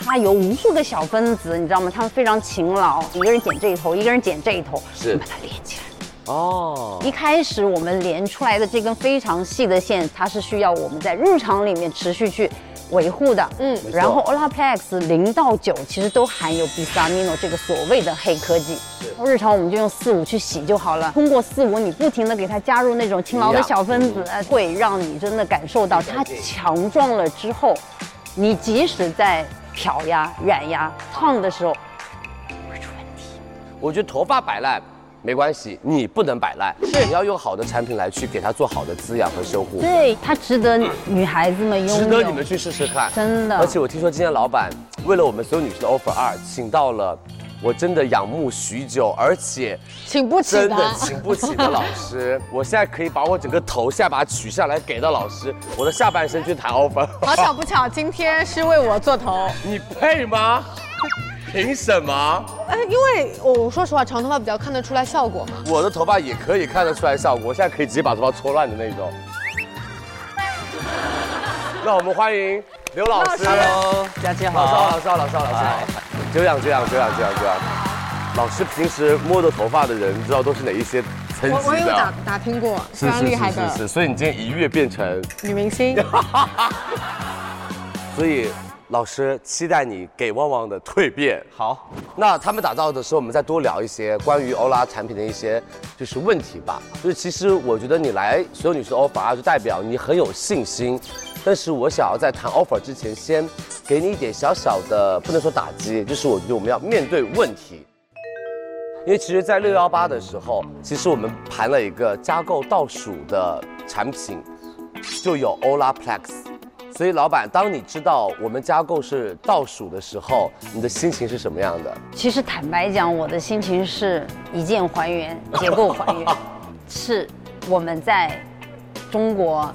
Speaker 11: 它有无数个小分子，你知道吗？它们非常勤劳，一个人捡这一头，一个人捡这一头，
Speaker 1: 是
Speaker 11: 把它连起来。
Speaker 1: 哦
Speaker 11: 一开始我们连出来的这根非常细的线，它是需要我们在日常里面持续去维护的。嗯
Speaker 1: 没错
Speaker 11: 然后 Olaplex 零到九其实都含有 Bisamino 这个所谓的黑科技。日常我们就用四五去洗就好了。通过四五，你不停的给它加入那种勤劳的小分子，
Speaker 1: 嗯
Speaker 11: 会让你真的感受到它强壮了之后，你即使在漂呀、染呀、烫的时候，
Speaker 1: 我觉得头发摆烂没关系，你不能摆烂，你要用好的产品来去给它做好的滋养和修护。
Speaker 11: 对它值得女孩子们拥有。
Speaker 1: 嗯值得你们去试试看，
Speaker 11: 真的
Speaker 1: 而且我听说今天老板为了我们所有女生的 offer 二，请到了我真的仰慕许久，而且
Speaker 2: 请不起的
Speaker 1: 真的请不起的老师。我现在可以把我整个头下巴取下来给到老师，我的下半身去谈 offer。
Speaker 2: [laughs]
Speaker 1: [laughs]
Speaker 2: 好巧不巧，今天是为我做头。
Speaker 1: 你配吗？凭什么？
Speaker 2: 哎，因为我我说实话，长头发比较看得出来效果嘛。
Speaker 1: 我的头发也可以看得出来效果，我现在可以直接把头发搓乱的那种。那我们欢迎刘老师。
Speaker 12: Hello，佳琪好
Speaker 1: 老师好，老师好，老师好，老师好。久仰久仰久仰久仰久仰。老师平时摸着头发的人，知道都是哪一些层
Speaker 2: 我我
Speaker 1: 级
Speaker 2: 有打
Speaker 1: 的？
Speaker 2: 打听过，非
Speaker 1: 是
Speaker 2: 常
Speaker 1: 是
Speaker 2: 厉
Speaker 1: 是
Speaker 2: 害
Speaker 1: 是
Speaker 2: 的
Speaker 1: 是，所以你今天一跃变成，
Speaker 2: 女明
Speaker 1: [laughs]
Speaker 2: 星。
Speaker 1: 所以老师期待你给旺旺的蜕变。
Speaker 12: 好，
Speaker 1: 那他们打造的时候，我们再多聊一些关于欧拉产品的一些就是问题吧。就是其实我觉得你来所有女生的 offer 啊，就代表你很有信心。但是我想要在谈 offer 之前，先给你一点小小的，不能说打击，就是我觉得我们要面对问题。因为其实，在六幺八的时候，其实我们盘了一个加购倒数的产品，就有 Olaplex。所以，老板，当你知道我们加购是倒数的时候，你的心情是什么样的？
Speaker 11: 其实坦白讲，我的心情是一键还原、结构还原，是我们在中国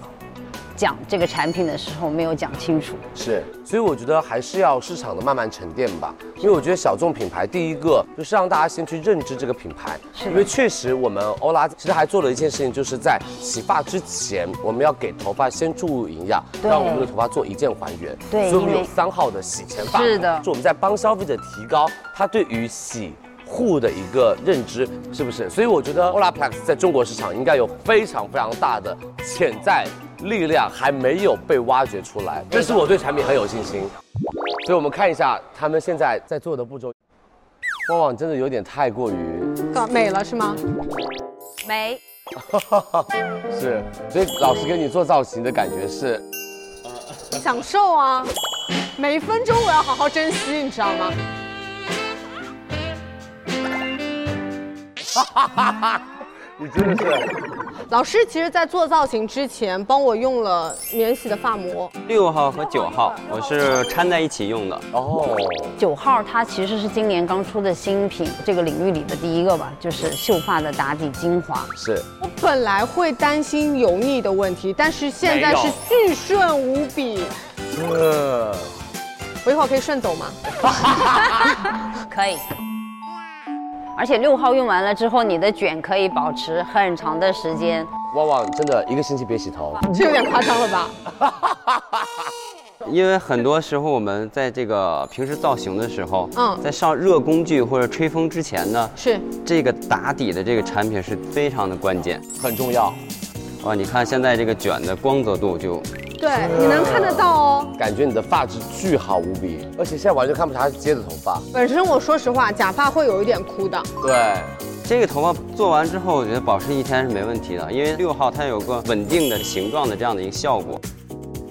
Speaker 11: 讲这个产品的时候没有讲清楚。
Speaker 1: 是，所以我觉得还是要市场的慢慢沉淀吧，因为我觉得小众品牌第一个就是让大家先去认知这个品牌，
Speaker 11: 是的
Speaker 1: 因为确实我们欧拉其实还做了一件事情，就是在洗发之前，我们要给头发先注入营养，
Speaker 11: 对
Speaker 1: 让我们的头发做一键还原。
Speaker 11: 对
Speaker 1: 所以我们
Speaker 11: 因为
Speaker 1: 有三号的洗前发，
Speaker 11: 是的
Speaker 1: 就我们在帮消费者提高他对于洗。护的一个认知是不是？所以我觉得 Olaplex 在中国市场应该有非常非常大的潜在力量，还没有被挖掘出来。但是我对产品很有信心，所以我们看一下他们现在在做的步骤。旺旺真的有点太过于
Speaker 2: 搞美了是吗？
Speaker 11: 没，
Speaker 1: 是，所以老师给你做造型的感觉是，
Speaker 2: 享受啊，每一分钟我要好好珍惜，你知道吗？ [laughs]
Speaker 1: 你真的是
Speaker 2: 老师其实，在做造型之前，帮我用了免洗的发膜。
Speaker 12: 六号和九号我是掺在一起用的。
Speaker 1: 哦，
Speaker 11: 九号它其实是今年刚出的新品，这个领域里的第一个吧，就是秀发的打底精华。
Speaker 1: 是
Speaker 2: 我本来会担心油腻的问题，但是现在是巨顺无比。
Speaker 1: 呃，
Speaker 2: 我一会儿可以顺走吗？
Speaker 11: [laughs] 可以。而且六号用完了之后，你的卷可以保持很长的时间。
Speaker 1: 旺旺真的一个星期别洗头，
Speaker 2: 这有点夸张了吧？
Speaker 12: 因为很多时候我们在这个平时造型的时候，
Speaker 2: 嗯
Speaker 12: 在上热工具或者吹风之前呢，
Speaker 2: 是
Speaker 12: 这个打底的这个产品是非常的关键。
Speaker 1: 很重要。
Speaker 12: 哇，你看现在这个卷的光泽度就
Speaker 2: 对，你能看得到哦。
Speaker 1: 感觉你的发质巨好无比，而且现在完全看不出它是接的头发。
Speaker 2: 本身我说实话，假发会有一点枯的。
Speaker 1: 对，
Speaker 12: 这个头发做完之后，我觉得保持一天是没问题的，因为六号它有个稳定的形状的这样的一个效果。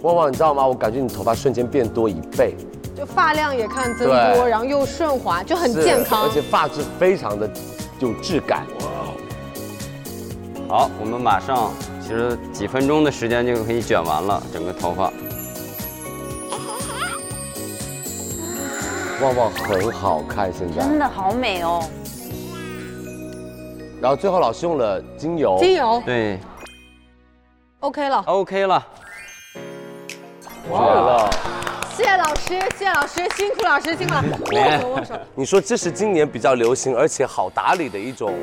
Speaker 1: 旺旺，你知道吗？我感觉你头发瞬间变多一倍，
Speaker 2: 就发量也看增多，
Speaker 1: 对
Speaker 2: 然后又顺滑，就很
Speaker 1: 是
Speaker 2: 健康
Speaker 1: 而。且发质非常的有质感。
Speaker 13: 哦
Speaker 12: 好，我们马上其实几分钟的时间就可以卷完了整个头发。
Speaker 1: 旺旺很好看，现在
Speaker 11: 真的好美哦！
Speaker 1: 然后最后老师用了精油，
Speaker 2: 精油
Speaker 13: 对
Speaker 2: OK 了，
Speaker 13: ，OK 了，
Speaker 1: 绝了。
Speaker 2: 谢谢老师，谢谢老师，辛苦老师，辛苦老师，握手握手。
Speaker 1: 你说这是今年比较流行而且好打理的一种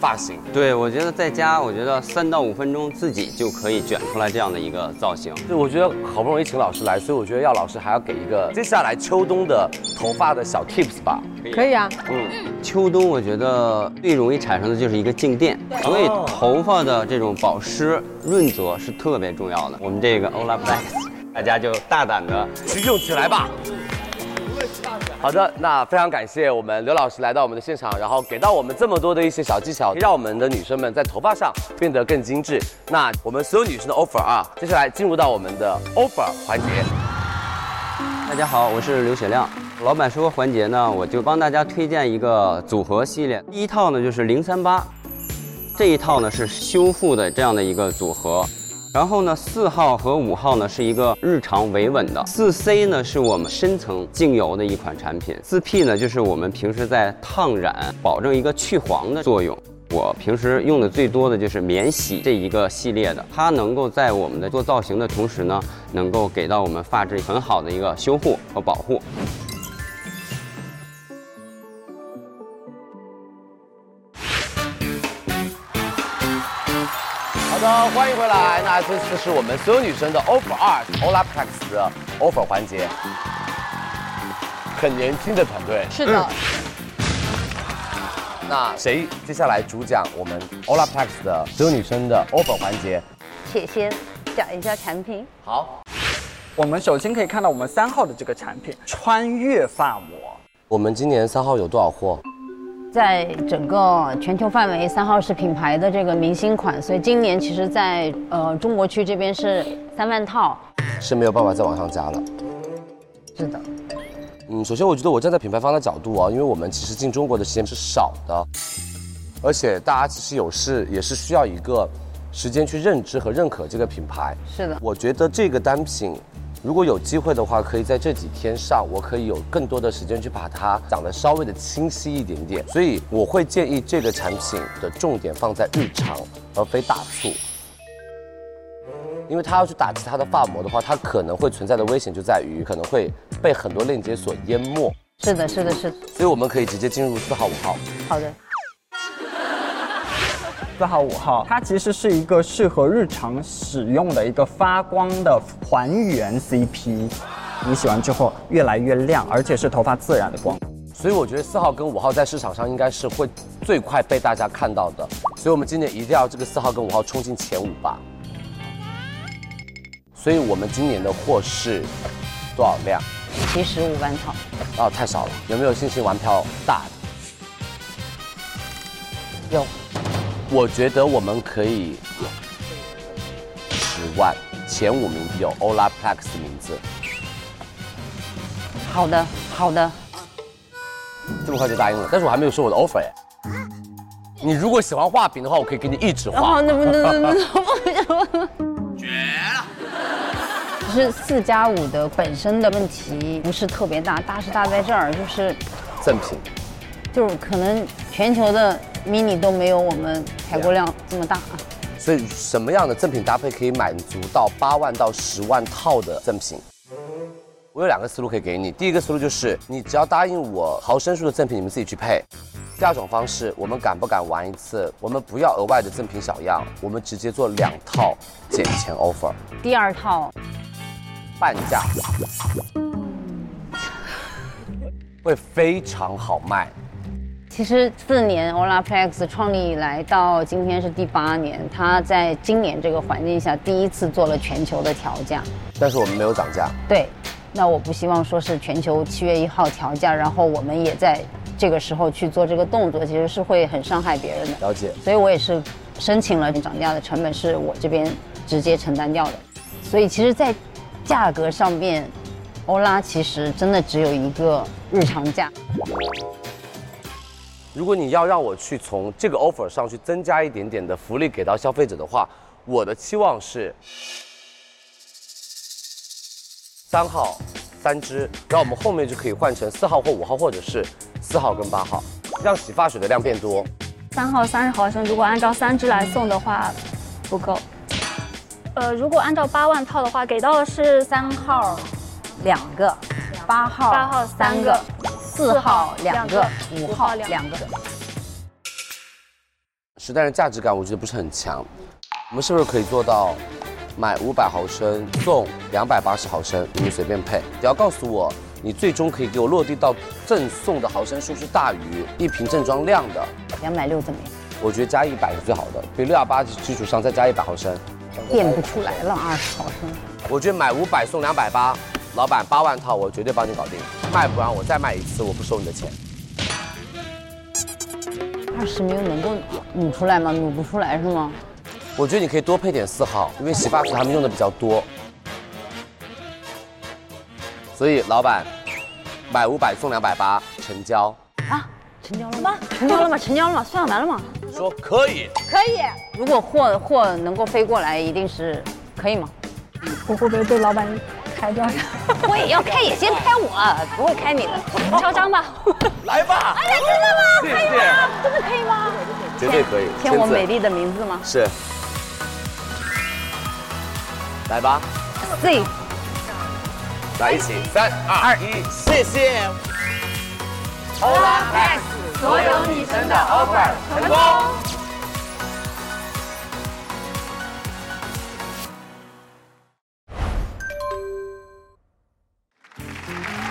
Speaker 1: 发型，
Speaker 13: 对我觉得在家，我觉得三到五分钟自己就可以卷出来这样的一个造型。
Speaker 1: 就我觉得好不容易请老师来，所以我觉得要老师还要给一个接下来秋冬的头发的小 tips 吧。
Speaker 2: 可以啊，
Speaker 13: 嗯，秋冬我觉得最容易产生的就是一个静电，所以头发的这种保湿润泽是特别重要的。我们这个 Olaplex，大家就大胆的
Speaker 1: 去用起来吧。好的，那非常感谢我们刘老师来到我们的现场，然后给到我们这么多的一些小技巧，让我们的女生们在头发上变得更精致。那我们所有女生的 offer 啊，接下来进入到我们的 offer 环节。
Speaker 13: 大家好，我是刘雪亮。老板说环节呢，我就帮大家推荐一个组合系列。第一套呢就是零三八，这一套呢是修复的这样的一个组合。然后呢，四号和五号呢是一个日常维稳的，四 C 呢是我们深层净油的一款产品，四 P 呢就是我们平时在烫染，保证一个去黄的作用。我平时用的最多的就是免洗这一个系列的，它能够在我们的做造型的同时呢，能够给到我们发质很好的一个修护和保护。
Speaker 1: 好的，欢迎回来。那这次是我们所有女生的 offer 二 Olaplex 的 offer 环节，很年轻的团队。嗯
Speaker 2: 是的，
Speaker 1: 那谁接下来主讲我们 Olaplex 的所有女生的 offer 环节？
Speaker 11: 且先讲一下产品。
Speaker 1: 好，
Speaker 14: 我们首先可以看到我们三号的这个产品——穿越发膜。
Speaker 1: 我们今年三号有多少货？
Speaker 11: 在整个全球范围，三号是品牌的这个明星款，所以今年其实在，呃中国区这边是三万套。
Speaker 1: 是没有办法再往上加了。
Speaker 11: 是的，
Speaker 1: 嗯，首先我觉得我站在品牌方的角度啊，因为我们其实进中国的时间是少的，而且大家其实有事也是需要一个时间去认知和认可这个品牌。
Speaker 11: 是的，
Speaker 1: 我觉得这个单品，如果有机会的话，可以在这几天上，我可以有更多的时间去把它讲得稍微的清晰一点点。所以我会建议这个产品的重点放在日常，而非大促。因为它要去打击它的发膜的话，它可能会存在的危险就在于可能会被很多链接所淹没。
Speaker 11: 是的，是的，是的。
Speaker 1: 所以我们可以直接进入四号、五号。
Speaker 11: 好的，
Speaker 14: 四号、五号，它其实是一个适合日常使用的一个发光的还原 CP。你洗完之后越来越亮，而且是头发自然的光。
Speaker 1: 所以我觉得四号跟五号在市场上应该是会最快被大家看到的。所以我们今年一定要这个四号跟五号冲进前五吧。所以我们今年的货是多少量？
Speaker 11: 七十五万套。
Speaker 1: 啊，太少了。有没有信心玩票大的？
Speaker 11: 有。
Speaker 1: 我觉得我们可以十万前五名有 Olaplex 的名字，
Speaker 11: 好的，好的。
Speaker 1: 这么快就答应了，但是我还没有说我的 offer 哎。你如果喜欢画饼的话，我可以给你一直画。
Speaker 11: 哦，那不能，那不能，不能。就是四加五的本身的问题不是特别大，大是大在这儿，就是
Speaker 1: 赠品。
Speaker 11: 就是可能全球的 mini 都没有我们采购量这么大啊。
Speaker 1: 所以什么样的赠品搭配可以满足到八万到十万套的赠品？我有两个思路可以给你。第一个思路就是，你只要答应我毫升数的赠品，你们自己去配。第二种方式，我们敢不敢玩一次？我们不要额外的赠品小样，我们直接做两套减钱 offer，
Speaker 11: 第二套
Speaker 1: 半价，会非常好卖。
Speaker 11: 其实四年 Olaplex 创立以来到今天是第八年，它在今年这个环境下第一次做了全球的调价。
Speaker 1: 但是我们没有涨价，
Speaker 11: 对，那我不希望说是全球七月一号调价，然后我们也在这个时候去做这个动作，其实是会很伤害别人的。
Speaker 1: 了解。
Speaker 11: 所以我也是申请了涨价的成本是我这边直接承担掉的。所以其实，在价格上面，欧拉其实真的只有一个日常价。
Speaker 1: 如果你要让我去从这个 offer 上去增加一点点的福利给到消费者的话，我的期望是三号三支，然后我们后面就可以换成四号或五号，或者是四号跟八号，让洗发水的量变多。
Speaker 4: 三号三十毫升，如果按照三支来送的话，不够。
Speaker 13: 呃，如果按照八万套的话，给到的是三号
Speaker 11: 两个，八号
Speaker 13: 八号三个
Speaker 11: 四号两个，
Speaker 13: 五
Speaker 11: 五
Speaker 13: 号
Speaker 11: 号
Speaker 13: 两个
Speaker 11: 两个。
Speaker 1: 实在是价值感我觉得不是很强，我们是不是可以做到买五百毫升送两百八十毫升，你们随便配，只要告诉我你最终可以给我落地到赠送的毫升数是大于一瓶正装量的，
Speaker 11: 两百六怎么样？
Speaker 1: 我觉得加一百是最好的，比六幺八基础上再加一百毫升。
Speaker 11: 变不出来了，二十毫升。
Speaker 1: 我觉得买五百送两百八，老板八万套我绝对帮你搞定，卖不完我再卖一次，我不收你的钱。
Speaker 11: 二十名能够卤出来吗？卤不出来是吗？
Speaker 1: 我觉得你可以多配点四号，因为洗发水他们用的比较多。所以老板，买五百送两百八，成交。
Speaker 11: 成交了吗？成交了吗？成交了吗？算完了吗？
Speaker 1: 说可以，
Speaker 11: 可以。
Speaker 2: 啊
Speaker 11: 如果货货能够飞过来，一定是可以吗？
Speaker 13: 我会不会被老板开
Speaker 11: [laughs]
Speaker 13: 掉？
Speaker 11: 我也要开，也先开我，不会开你的。
Speaker 13: 嚣张吧！
Speaker 1: 来吧！
Speaker 11: 哎呀，真的吗？
Speaker 1: 谢
Speaker 11: 可以吗？真的可以吗？
Speaker 1: 绝对可以。
Speaker 11: 签我
Speaker 1: 签字
Speaker 11: 美丽的名字吗
Speaker 1: 是。来吧，
Speaker 11: ？Z
Speaker 1: 来一起，三二一，谢谢。
Speaker 13: Ola Max 所有女神的 offer 成功。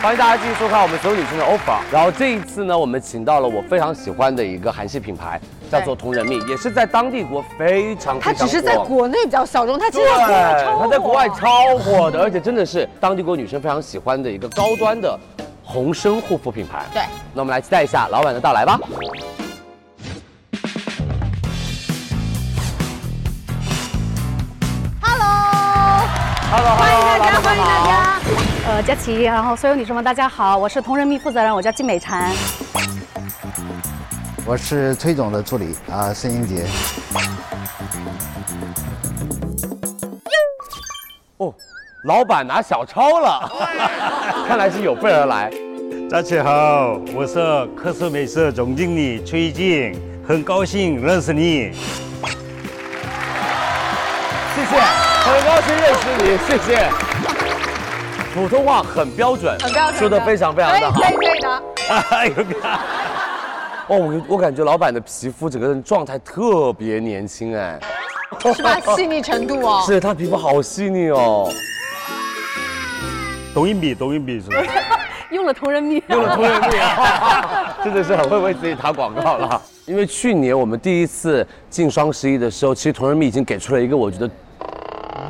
Speaker 1: 欢迎大家继续收看我们所有女生的 offer。然后这一次呢，我们请到了我非常喜欢的一个韩系品牌，叫做同人蜜，也是在当地国非常
Speaker 2: 它
Speaker 1: 非常
Speaker 2: 只
Speaker 1: 火。
Speaker 2: 是在国内比较小众，它其
Speaker 1: 对
Speaker 2: 实在国外，超
Speaker 1: 它在国外超火的，而且真的是当地国女生非常喜欢的一个高端的红参护肤品牌。
Speaker 2: 对，
Speaker 1: 那我们来期待一下老板的到来吧。
Speaker 13: Hello，欢迎大家，欢迎大家。
Speaker 15: 呃，佳琪，然后所有女生们，大家好，我是同人蜜负责人，我叫金美婵。
Speaker 16: 我是崔总的助理啊，申英
Speaker 1: [laughs]
Speaker 16: 杰。
Speaker 1: 哦，老板拿小抄了，
Speaker 2: 哎
Speaker 1: 看来是有备而来。
Speaker 17: 大家好，我是科斯美社总经理崔静，很高兴认识你。
Speaker 1: 谢谢，很高兴认识你，谢谢。普通话很标准，
Speaker 2: 很标准的
Speaker 1: 说的非常非常的好。
Speaker 2: 可以可以可以的。
Speaker 1: [laughs] 哎呦，哦，我我感觉老板的皮肤整个人状态特别年轻哎，
Speaker 2: 是吧？细腻程度哦。
Speaker 1: [laughs] 是他皮肤好细腻哦。
Speaker 17: 抖音比抖音比是吧？
Speaker 15: 用了同人
Speaker 2: 啊
Speaker 15: 蜜，
Speaker 1: 用了同人蜜，啊真的是很会为自己打广告了。 [laughs] 因为去年我们第一次进双十一的时候，其实同仁蜜已经给出了一个我觉得，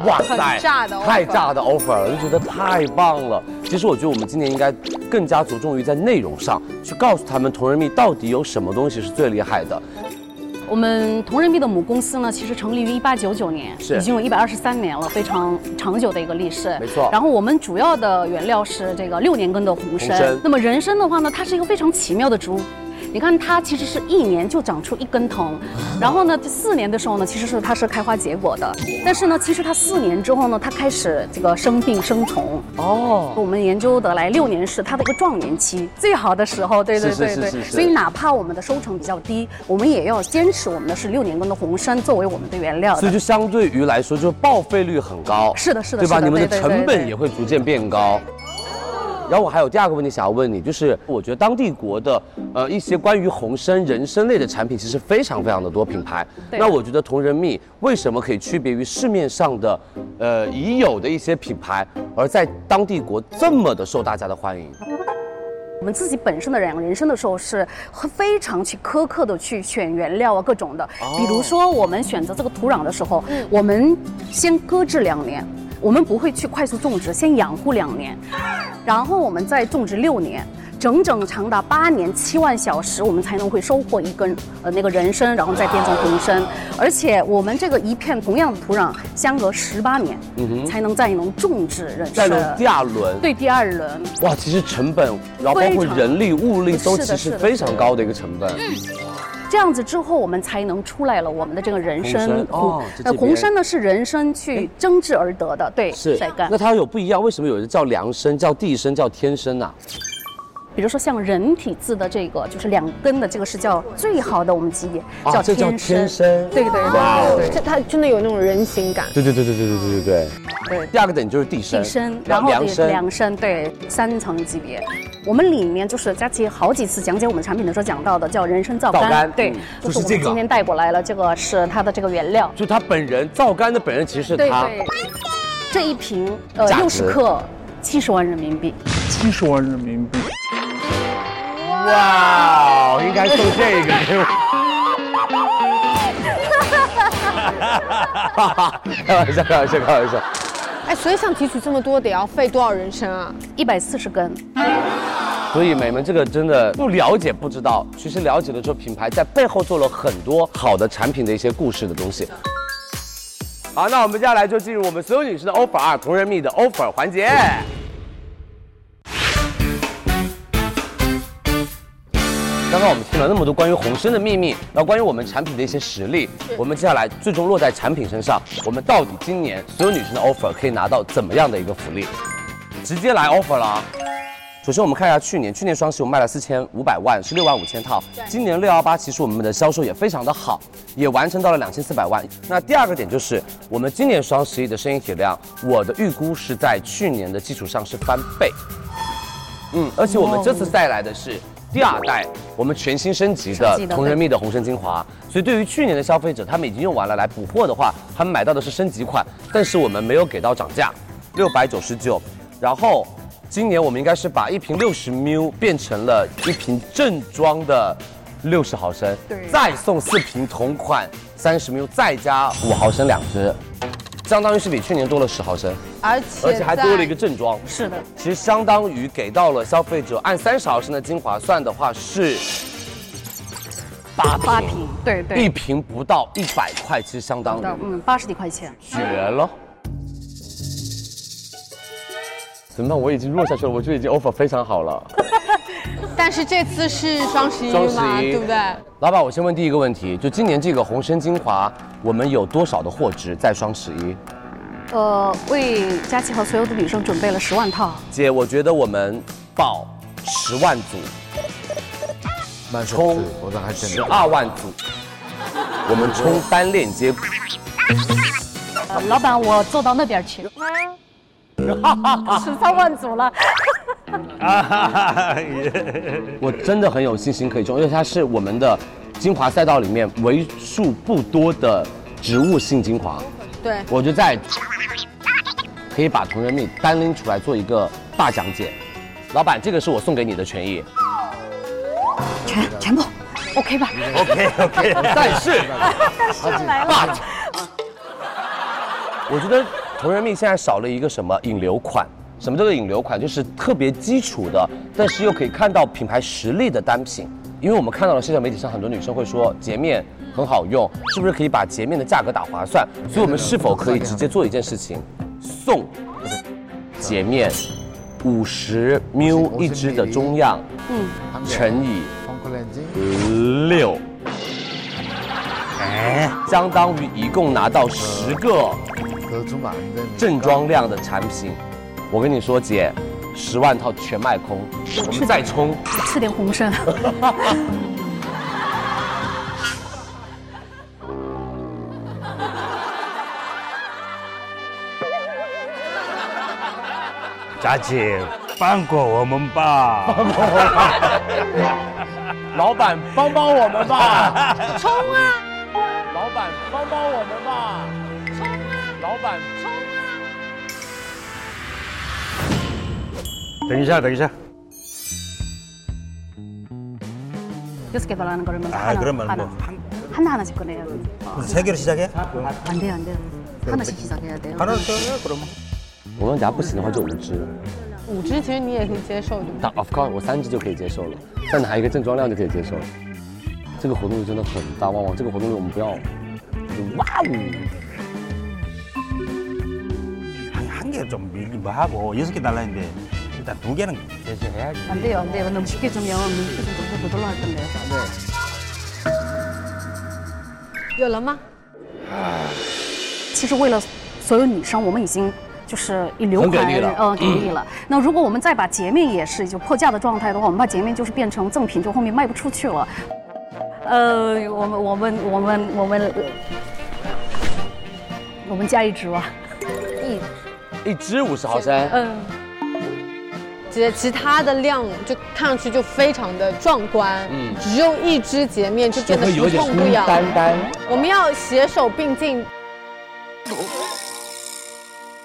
Speaker 1: 哇塞，
Speaker 2: 很炸的 offer
Speaker 1: 太炸的 offer 了，就觉得太棒了。其实我觉得我们今年应该更加着重于在内容上，去告诉他们同仁蜜到底有什么东西是最厉害的。
Speaker 15: 我们同人蜜的母公司呢，其实成立于一八九九年，
Speaker 1: 是
Speaker 15: 已经有一百二十三年了，非常长久的一个历史。
Speaker 1: 没错
Speaker 15: 然后我们主要的原料是这个六年根的红
Speaker 1: 红
Speaker 15: 参
Speaker 1: 参。
Speaker 15: 那么人参的话呢，它是一个非常奇妙的植物。你看，它其实是一年就长出一根
Speaker 1: [laughs]
Speaker 15: 藤，然后呢，四年的时候呢，其实是它是开花结果的。但是呢，其实它四年之后呢，它开始这个生病生虫。
Speaker 1: 哦，
Speaker 15: 我们研究得来，六年是它的一个壮年期，最好的时候。对对
Speaker 13: 是
Speaker 15: 对
Speaker 13: 是
Speaker 15: 对，
Speaker 13: 是是是
Speaker 15: 所以哪怕我们的收成比较低，我们也要坚持我们的是六年根的红参作为我们的原料的。
Speaker 1: 所以就相对于来说，就是报废率很高，
Speaker 15: 是的是的
Speaker 1: 对吧？
Speaker 15: 是的
Speaker 1: 你们的
Speaker 15: 对对
Speaker 1: 成
Speaker 15: 对对
Speaker 1: 本也会逐渐变高。然后我还有第二个问题想要问你，就是我觉得当地国的呃一些关于红参、人参类的产品其实非常非常的多品牌。
Speaker 15: 对
Speaker 1: 那我觉得同仁蜜为什么可以区别于市面上的呃已有的一些品牌，而在当地国这么的受大家的欢迎？
Speaker 15: 我们自己本身的人人生的时候是很非常去苛刻的去选原料啊各种的
Speaker 13: 哦，
Speaker 15: 比如说我们选择这个土壤的时候，
Speaker 1: 嗯
Speaker 15: 我们先搁置两年，我们不会去快速种植，先养护两年，然后我们再种植六年。整整长达八年七万小时，我们才能会收获一根呃那个人参，然后再变成红参。而且我们这个一片同样的土壤，相隔十八年，
Speaker 1: 嗯哼
Speaker 15: 才能再能种植人参。
Speaker 1: 再轮第二轮
Speaker 15: 对第二轮。
Speaker 1: 哇，其实成本，然后包括
Speaker 15: 非常
Speaker 1: 人力、物力
Speaker 15: 是
Speaker 1: 都
Speaker 15: 的
Speaker 1: 其
Speaker 15: 是
Speaker 1: 实
Speaker 15: 的
Speaker 1: 非常高的一个成本。
Speaker 15: 这样子之后，我们才能出来了我们的这个人参
Speaker 1: 红参
Speaker 15: 红
Speaker 1: 哦
Speaker 15: 呃，
Speaker 1: 这这边
Speaker 15: 红参呢是人参去蒸制而得的，对，晒干
Speaker 1: 啊那。它有不一样？为什么有人叫梁参、叫地参、叫天参呐、
Speaker 15: 比如说像人体字的这个，就是两根的这个是叫最好的我们级别，
Speaker 1: 啊
Speaker 15: 叫
Speaker 1: 这叫
Speaker 15: 天
Speaker 1: 天生
Speaker 15: 对对对
Speaker 1: 哇哦
Speaker 15: 对对，
Speaker 1: 这
Speaker 15: 它真的有那种人形感。
Speaker 1: 对对对对对对对对对。
Speaker 15: 对
Speaker 1: 第二个等级就是地参，
Speaker 15: 地参，然后
Speaker 1: 梁
Speaker 15: 得
Speaker 1: 参
Speaker 15: 量身，对，三层级别。我们里面就是佳琪好几次讲解我们产品的时候讲到的，叫人参皂
Speaker 1: 皂
Speaker 15: 苷
Speaker 1: 苷，
Speaker 15: 对
Speaker 1: 嗯，
Speaker 15: 就是
Speaker 1: 就是
Speaker 15: 我
Speaker 1: 这
Speaker 15: 们
Speaker 1: 个
Speaker 15: 今天带过来了，这个是它的这个原料。
Speaker 1: 就他本人皂苷的本人其实是
Speaker 15: 对
Speaker 1: 他。
Speaker 15: 对，这一瓶呃
Speaker 1: 价值
Speaker 15: 六十克，七十万人民币。
Speaker 10: 七十万人民币，
Speaker 1: 哇，哦应该送这个 [laughs]
Speaker 15: [laughs]
Speaker 1: 给我。哈哈，开玩笑，开玩笑，开玩笑。
Speaker 2: [laughs] 哎，所以想提取这么多得要费多少人参啊？
Speaker 15: 一百四十根。
Speaker 1: 所以美们这个真的不了解不知道，其实了解了之后，品牌在背后做了很多好的产品的一些故事的东西。好，那我们接下来就进入我们所有女生的 offer 二同人蜜的 offer 环节。刚刚我们听了那么多关于红参的秘密，然后关于我们产品的一些实力，我们接下来最终落在产品身上，我们到底今年所有女生的 offer 可以拿到怎么样的一个福利？直接来 offer 了啊！首先我们看一下去年，去年双十一我们卖了四千五百万，是六万五千套。今年六幺八其实我们的销售也非常的好，也完成到了两千四百万。那第二个点就是我们今年双十一的生意体量，我的预估是在去年的基础上是翻倍。嗯，而且我们这次带来的是第二代，我们全新升级
Speaker 15: 升
Speaker 1: 的
Speaker 15: 级的
Speaker 1: 同仁蜜的红参精华。所以对于去年的消费者，他们已经用完了来补货的话，他们买到的是升级款，但是我们没有给到涨价，六百九十九。然后今年我们应该是把一瓶六十 ml 变成了一瓶正装的六十毫升，
Speaker 18: 对
Speaker 1: 再送四瓶同款三十 ml，再加五毫升两支，相当于是比去年多了十毫升。
Speaker 8: 而
Speaker 1: 而且还多了一个正装。
Speaker 15: 是的，
Speaker 1: 其实相当于给到了消费者，按三十毫升的精华算的话是八瓶，
Speaker 15: 八瓶对对
Speaker 1: 一瓶不到一百块，其实相当于
Speaker 15: 嗯，八十几块钱。
Speaker 1: 绝了。怎么办？我已经弱下去了，我就已经 offer 非常好了。 [laughs]
Speaker 2: 但是这次是双十一
Speaker 1: 双十
Speaker 2: 嘛，
Speaker 1: 一
Speaker 2: 对不对？
Speaker 1: 老板，我先问第一个问题，就今年这个红参精华，我们有多少的货值在双十一？
Speaker 15: 呃，为佳琪和所有的女生准备了十万套。
Speaker 1: 姐，我觉得我们报十万组，
Speaker 16: 慢手
Speaker 1: 冲
Speaker 16: 指我咋还真
Speaker 1: 十二万组，我们冲单链接。
Speaker 18: 呃老板，我坐到那
Speaker 19: [laughs]
Speaker 18: 边去。十三万组了，
Speaker 17: 아, 예.
Speaker 1: 我真的很有信心可以冲，因为它是我们的精华赛道里面为数不多的植物性精华，
Speaker 2: 对，
Speaker 1: 我就在可以把同人蜜单拎出来做一个大讲解。老板，这个是我送给你的
Speaker 18: [laughs]
Speaker 1: 权益。
Speaker 15: 陈陈总，OK 吧
Speaker 1: OK OK，但是
Speaker 18: 但是来了。
Speaker 1: 我觉得同人蜜现在少了一个什么引流款。什么叫做引流款？就是特别基础的，但是又可以看到品牌实力的单品。因为我们看到了社交媒体上很多女生会说洁面很好用，是不是可以把洁面的价格打划算？所以我们是否可以直接做一件事情，送洁面五十 ml 一支的中样，
Speaker 15: 嗯，
Speaker 1: 乘以
Speaker 16: 包括眼睛。
Speaker 1: 六，哎，相当于一共拿到十个正装量的产品。我跟你说，姐，十万套全卖空，我们再冲。
Speaker 15: 吃点红参。 [laughs]
Speaker 17: 佳姐，放过我们吧！放过我们！
Speaker 1: 老板，帮帮我们吧！
Speaker 18: 冲啊！
Speaker 1: 老板，帮帮我们吧！
Speaker 18: 冲啊！
Speaker 1: 老板，
Speaker 18: 冲啊！
Speaker 17: 等一下，等一下，
Speaker 15: 여섯개발라는거를먼저하
Speaker 19: 아,
Speaker 15: 나
Speaker 19: 그러면
Speaker 15: 하나,
Speaker 19: 뭐
Speaker 15: 하나 하나씩 꺼내야 돼.
Speaker 19: 그럼 세 개로 시작해?
Speaker 15: 안 돼, 안 돼. 하나씩 시작해야 돼요.
Speaker 19: 하나씩 시작해, 그러면.
Speaker 1: 我们等下不行的话就五支。
Speaker 2: 五支其实你也可以接受，对不对？
Speaker 1: 但 of course，我三支就可以接受了，再拿一个正装量就可以接受了。这个活动力真的很大，旺旺，这个活动力我们不要。哇哦！
Speaker 19: 한 개 좀 밀기 뭐 하고 여섯 개 달라는데 일단 두 개는 제시해야지.
Speaker 15: 안 돼요, 안 돼요. 너무 쉽게 좀 영업 눈치 좀 조금 더 돌아갈 건데요.
Speaker 2: 有了吗？
Speaker 15: 其实为了所有女生，我们已经就是一留
Speaker 9: 很给
Speaker 15: 款，
Speaker 9: 力了
Speaker 15: 呃，给力
Speaker 9: 嗯
Speaker 15: 了。那如果我们再把洁面也是就破价的状态的话，我们把洁面就是变成赠品，就后面卖不出去了。呃，我们我们我们我们我们加一支吧。
Speaker 2: 嗯，
Speaker 1: 一支五十毫升，
Speaker 15: 呃
Speaker 2: 嗯，洁其他的量就看上去就非常的壮观，
Speaker 1: 嗯
Speaker 2: 只用一支洁面就变得
Speaker 1: 就会
Speaker 2: 不
Speaker 1: 有点
Speaker 2: 痛不痒，
Speaker 1: 孤单单
Speaker 2: 我们要携手并进，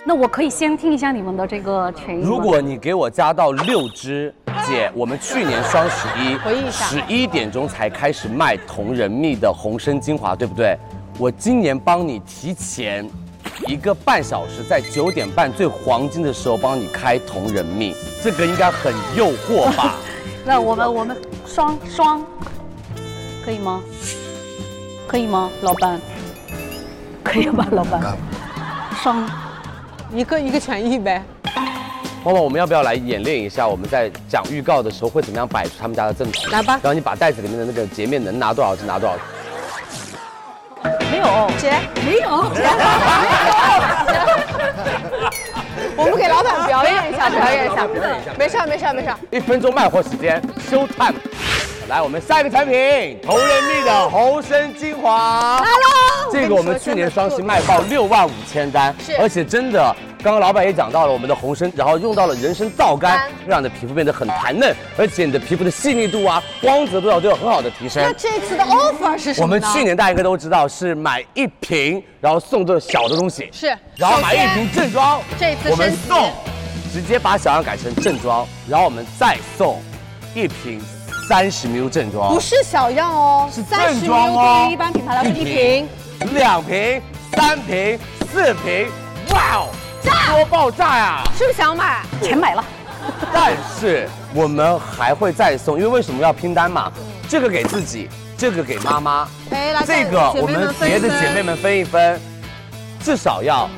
Speaker 15: 那我可以先听一下你们的这个权益吗
Speaker 1: 如果你给我加到六支，姐，我们去年双十一
Speaker 15: 回忆一下
Speaker 1: 十一点钟才开始卖同仁蜜的红参精华，对不对？我今年帮你提前一个半小时，在九点半最黄金的时候帮你开同仁蜜，这个应该很诱惑吧？
Speaker 15: 那我们我们双双，可以吗？可以吗，老板？可以吧，
Speaker 1: 嗯
Speaker 15: 老板？双，
Speaker 2: 一个一个权益呗。
Speaker 1: 妈妈，我们要不要来演练一下？我们在讲预告的时候会怎么样摆出他们家的赠品？
Speaker 2: 来吧
Speaker 1: 然后你把袋子里面的那个洁面能拿多少就拿多少。
Speaker 2: 没有，姐没有，姐。 [laughs] 我们给老板表演一下，表演一下，没事儿没事儿没事儿。
Speaker 1: 一分钟卖货时间，show time。来，我们下一个产品，同仁蜜的红参精华。
Speaker 2: 来喽
Speaker 1: 这个我们去年双十一卖爆六万五千单，
Speaker 2: 是
Speaker 1: 而且真的，刚刚老板也讲到了我们的红参，然后用到了人参皂苷
Speaker 2: 干，
Speaker 1: 让你的皮肤变得很弹嫩，而且你的皮肤的细腻度啊、光泽度啊都有很好的提升。
Speaker 2: 那这次的 offer 是什么呢？
Speaker 1: 我们去年大家应该都知道是买一瓶，然后送这小的东西，
Speaker 2: 是，
Speaker 1: 然后买一
Speaker 2: 首先
Speaker 1: 瓶正装，
Speaker 2: 这次
Speaker 1: 我们
Speaker 2: 升级
Speaker 1: 送，直接把小样改成正装，然后我们再送一瓶三十 ml 正装，
Speaker 2: 不是小样哦，是三十
Speaker 1: 正装哦
Speaker 2: 对于一般品牌来说一瓶，
Speaker 1: 两瓶、三瓶、四瓶，哇哦，多爆炸呀、
Speaker 2: 是不是想买？
Speaker 15: 全买了。
Speaker 1: 但是我们还会再送，因为为什么要拼单嘛？这个给自己，这个给妈妈，
Speaker 2: 哎，来
Speaker 1: 这个我们别的姐妹们分一分，至少要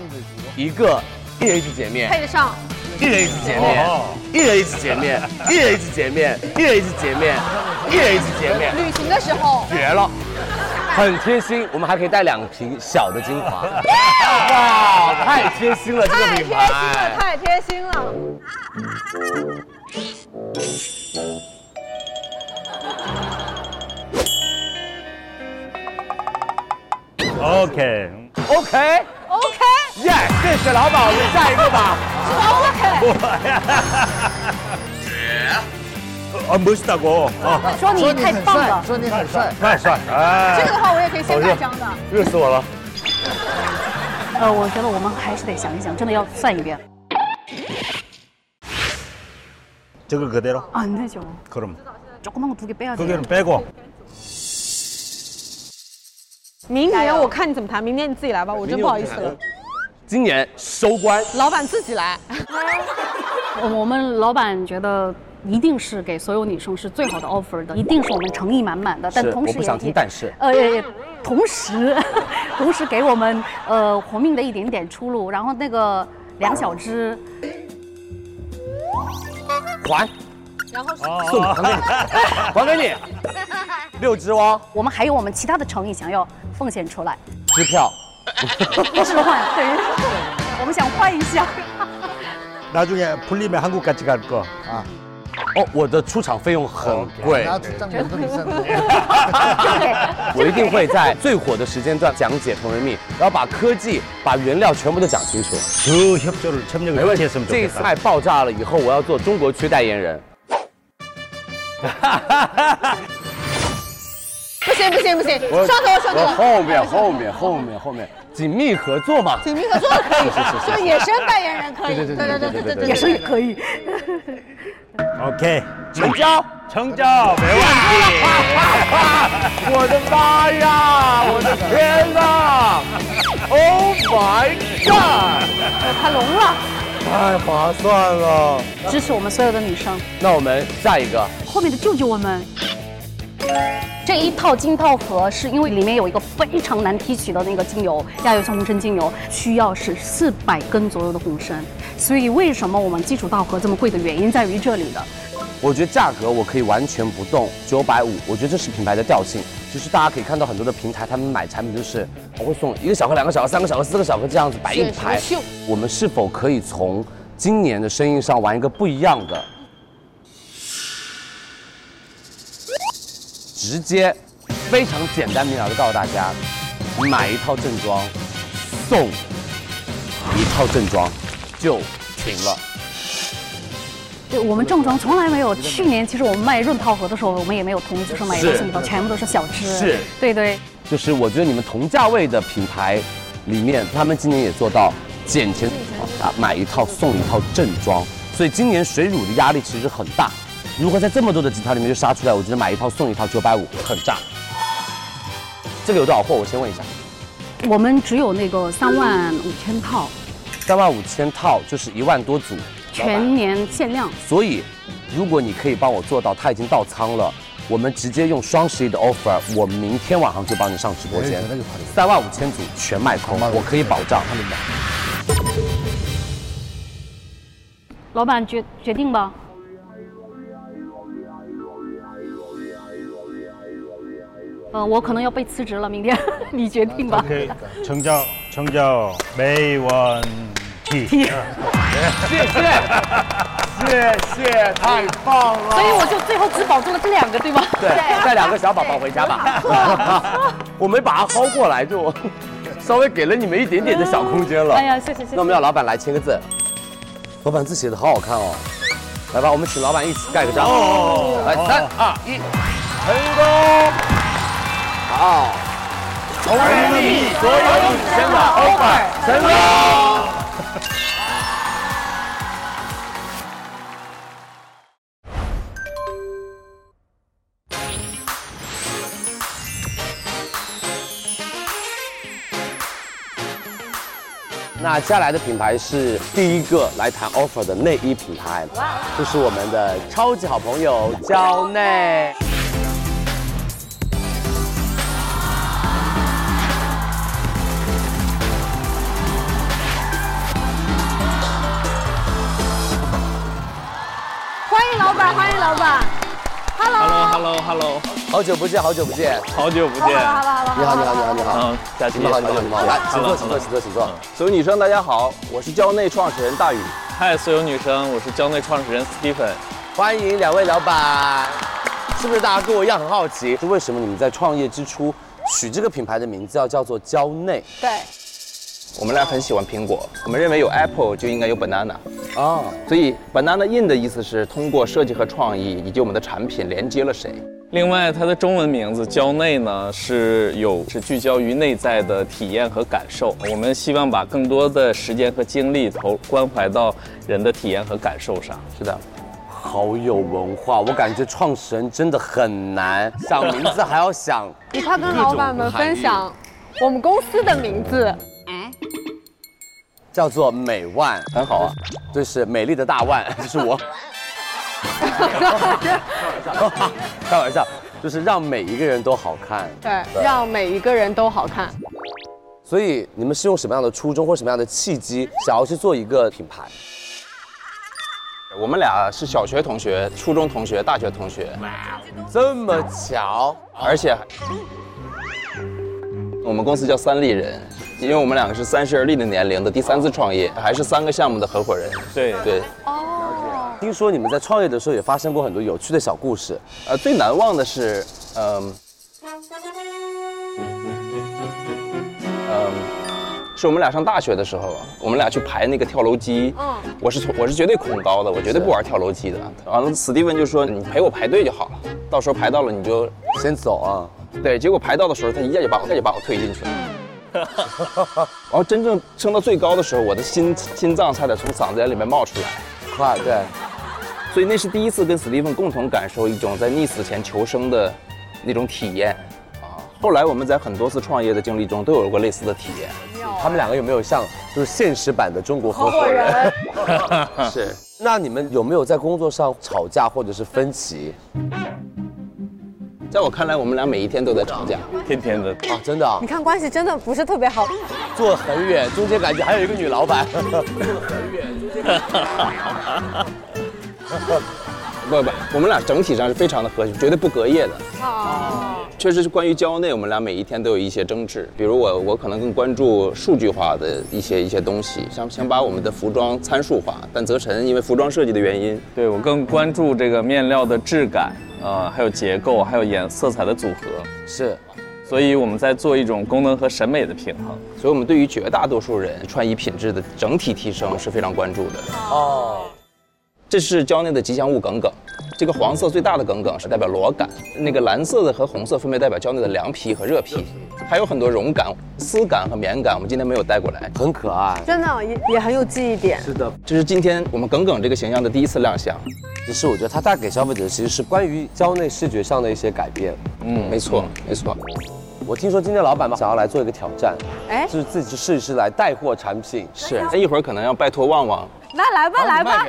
Speaker 1: 一个一人一支洁面，
Speaker 2: 配得上。
Speaker 1: 一人一支洁面
Speaker 2: 哦，
Speaker 1: 一人一支洁面，一人一支洁面，一人一支洁面，一人一支洁面，
Speaker 2: 旅行的时候，
Speaker 1: 绝了，很贴心。我们还可以带两瓶小的精华，哇，太贴心了，这个啊品牌。
Speaker 2: 太贴心了。
Speaker 17: OK，
Speaker 1: OK
Speaker 2: OK，
Speaker 1: 耶，谢谢老板，我们下一个吧。
Speaker 2: OK，
Speaker 17: 啊，没事大哥，啊，
Speaker 2: 说你太棒了
Speaker 16: 说你很帅，
Speaker 17: 太帅，哎，
Speaker 2: 这个的话我也可以先盖章的。
Speaker 17: 热死我了。
Speaker 15: 呃，我觉得我们还是得想一想，真的要算一遍。
Speaker 17: 这个可得了，
Speaker 15: 안 되죠.
Speaker 17: 그럼
Speaker 15: 조그만 거 두 개 빼야돼
Speaker 17: 두
Speaker 15: 요.
Speaker 17: 개는 빼고.
Speaker 2: 明年我看你怎么谈，明年你自己来吧，我真不好意思了。
Speaker 1: 今年收官，
Speaker 2: 老板自己来。
Speaker 15: 我我们老板觉得一定是给所有女生是最好的 offer 的，一定是我们诚意满满的，但
Speaker 1: 是
Speaker 15: 同
Speaker 1: 我
Speaker 15: 时
Speaker 1: 不
Speaker 15: 也
Speaker 1: 想听，但是
Speaker 15: 呃，也同时 [laughs] 同时给我们呃活命的一点点出路。然后那个梁小芝，
Speaker 1: 还
Speaker 2: 然后是哦
Speaker 1: 送还给你，哎还给你六支哦，
Speaker 15: 我们还有我们其他的诚意想要奉献出来，
Speaker 1: 支票。
Speaker 15: 置换对，我们想换一下。
Speaker 17: 나중에 풀리면 한국 같이 갈 거. 아.
Speaker 1: 哦，我的出场费用很贵， [laughs] 我一定会在最火的时间段讲解同仁蜜，然后把科技、把原料全部都讲清楚。
Speaker 17: 그 협조를 참여를
Speaker 1: 没问
Speaker 17: 같이
Speaker 1: 题
Speaker 17: 했으면 ，
Speaker 1: 这一
Speaker 17: 좋
Speaker 1: 次
Speaker 17: 겠다.
Speaker 1: 卖爆炸了以后，我要做中国区代言人。
Speaker 2: 不行不行不行，
Speaker 1: 我
Speaker 2: 上头上头。
Speaker 1: 我后面后面后面后面紧密合作嘛，
Speaker 2: 紧密合作可以，就是野生代言人可以，
Speaker 1: 对对对对对对对
Speaker 2: 野生也
Speaker 15: 可以。
Speaker 17: OK，
Speaker 1: 成交，
Speaker 17: 成交，没问
Speaker 1: 题。我的妈呀，我的天哪！Oh my god！
Speaker 15: 呃，他聋了，
Speaker 1: 太划算了。
Speaker 15: 支持我们所有的女生。
Speaker 1: 那我们下一个，
Speaker 15: 后面的救救我们。这一套金套盒是因为里面有一个非常难提取的那个精油，亚油香红参精油，需要是四百根左右的红参，所以为什么我们基础套盒这么贵的原因在于这里的。
Speaker 1: 我觉得价格我可以完全不动，九百五，我觉得这是品牌的调性。就是大家可以看到很多的平台，他们买产品就是我会送一个小盒、两个小盒、三个小盒、四个小盒这样子摆一
Speaker 2: 是
Speaker 1: 排
Speaker 2: 是秀。
Speaker 1: 我们是否可以从今年的生意上玩一个不一样的？直接非常简单明了的告诉大家，买一套正装，送一套正装就停了。
Speaker 15: 对我们正装从来没有，去年其实我们卖润套盒的时候，我们也没有同一就是卖
Speaker 1: 是
Speaker 15: 一送一，全部都是小支。
Speaker 1: 是
Speaker 15: 对对。
Speaker 1: 就是我觉得你们同价位的品牌里面，他们今年也做到减钱啊，买一套送一套正装，所以今年水乳的压力其实很大。如何在这么多的集团里面就杀出来？我觉得买一套送一套九百五很炸。这个有多少货？我先问一下，
Speaker 15: 我们只有那个三万五千套，
Speaker 1: 三万五千套就是一万多组，
Speaker 15: 全年限量。
Speaker 1: 所以，如果你可以帮我做到，它已经到仓了，我们直接用双十一的 offer，我明天晚上就帮你上直播间
Speaker 16: 哎那就，
Speaker 1: 三万五千组全卖空，我可以保障。
Speaker 20: 老板决决定吧。
Speaker 15: 呃，我可能要被辞职了，明天 [laughs] 你决定吧。
Speaker 17: OK，成交，成交，没问题。谢
Speaker 21: 谢谢，太棒了！
Speaker 15: 所以我就最后只保住了这两个，对吗？
Speaker 1: 对，带两个小宝宝回家吧。 [laughs] 我没把它薅过来，就 [laughs] 稍微给了你们一点点的小空间了。
Speaker 20: 哎呀，谢谢谢谢。
Speaker 1: 那我们让老板来签个字。老板字写的好好看哦，来吧，我们请老板一起盖个章。
Speaker 21: 哦
Speaker 1: 来，
Speaker 21: 哦
Speaker 1: 哎三二一，成功！好，同意所有女生的
Speaker 16: 哦
Speaker 1: offer，成功！那接下来的品牌是第一个来谈 offer 的内衣品牌，就是我们的超级好朋友娇内。
Speaker 20: 欢迎老板，欢迎老板。Hello。
Speaker 12: Hello，Hello，Hello，
Speaker 1: 好久不见，好久不见，
Speaker 12: 好久不见。
Speaker 1: 你好，你好，你好，你好
Speaker 12: 嗯，佳琪
Speaker 1: 你好，你好，
Speaker 12: 好久
Speaker 1: 你
Speaker 12: 不
Speaker 1: 好，
Speaker 12: 见
Speaker 1: 来，请坐，请坐，
Speaker 12: Hello，
Speaker 1: 请坐，请坐。
Speaker 12: 所有女生，大家好，我是蕉内创始人大宇。嗨，所有女生，我是蕉内创始人 Stephen。
Speaker 1: 欢迎两位老板，是不是大家跟我一样很好奇，是为什么你们在创业之初取这个品牌的名字要叫做蕉内？
Speaker 2: 对，
Speaker 12: 我们俩很喜欢苹果，我们认为有 Apple 就应该有 banana。
Speaker 1: 哦，
Speaker 12: 所以 banana in 的意思是通过设计和创意以及我们的产品连接了谁。另外，它的中文名字“蕉内”呢，是有是聚焦于内在的体验和感受。我们希望把更多的时间和精力投关怀到人的体验和感受上。是的，
Speaker 1: 好有文化，我感觉创始人真的很难，想名字还要想。
Speaker 2: 你快跟老板们分享我们公司的名字。
Speaker 20: 哎
Speaker 1: 叫做美腕，
Speaker 12: 很好啊，
Speaker 1: 就是美丽的大腕，就是我。 [laughs] 开玩笑，就是让每一个人都好看。
Speaker 2: [laughs]
Speaker 1: 啊
Speaker 2: 对，让每一个人都好看。
Speaker 1: 所以你们是用什么样的初衷或什么样的契机，想要去做一个品牌？
Speaker 12: 我们俩是小学同学、初中同学、大学同学，
Speaker 1: 这么巧，
Speaker 12: 而且我们公司叫三立人，因为我们两个是三十而立的年龄的第三次创业，还是三个项目的合伙人。对对，
Speaker 1: 听说你们在创业的时候也发生过很多有趣的小故事，
Speaker 12: 呃，最难忘的是，嗯、嗯，是我们俩上大学的时候，啊我们俩去排那个跳楼机。嗯，我是从我是绝对恐高的，我绝对不玩跳楼机的。完了，史蒂文就说你陪我排队就好了，到时候排到了你就
Speaker 1: 先走啊。
Speaker 12: 对，结果排到的时候，他一下就把我，他就把我推进去了。 [laughs] 然后真正升到最高的时候，我的心心脏差点从嗓子眼里面冒出来，
Speaker 1: 快对。
Speaker 12: 所以那是第一次跟史蒂芬共同感受一种在溺死前求生的那种体验啊。后来我们在很多次创业的经历中都有过类似的体验。
Speaker 1: 他们两个有没有像就是现实版的中国合伙人？
Speaker 12: 是。
Speaker 1: 那你们有没有在工作上吵架或者是分歧？ [laughs]
Speaker 12: 在我看来，我们俩每一天都在吵架，
Speaker 1: 天天的啊，真的啊
Speaker 22: 你，看关系真的不是特别好。
Speaker 1: 坐很远，中间感觉还有一个女
Speaker 12: [laughs]
Speaker 1: 老板。
Speaker 12: 很远，不不，我们俩整体上是非常的和谐，绝对不隔夜的。
Speaker 2: 哦，
Speaker 12: 确实是关于交内，我们俩每一天都有一些争执。比如我，我可能更关注数据化的一些一些东西，想想把我们的服装参数化。但泽晨因为服装设计的原因，
Speaker 20: 对我更关注这个面料的质感，呃，还有结构，还有颜色彩的组合。
Speaker 1: 是，
Speaker 20: 所以我们在做一种功能和审美的平衡。
Speaker 12: 所以我们对于绝大多数人穿衣品质的整体提升是非常关注的。
Speaker 1: 哦，
Speaker 12: 这是蕉内的吉祥物耿耿，这个黄色最大的耿耿是代表裸感，那个蓝色的和红色分别代表蕉内的凉皮和热皮，还有很多绒感、丝感和棉感，我们今天没有带过来，
Speaker 1: 很可爱。
Speaker 18: 真的也也很有记忆点。
Speaker 1: 是的，
Speaker 12: 这是今天我们耿耿这个形象的第一次亮相。
Speaker 1: 只是我觉得它带给消费者其实是关于蕉内视觉上的一些改变。
Speaker 12: 嗯，没错，没错。
Speaker 1: 我听说今天老板们想要来做一个挑战，
Speaker 18: 哎
Speaker 1: 就是自己试一试来带货产品。
Speaker 12: 是，那一会儿可能要拜托旺旺。
Speaker 18: 那来吧，来吧，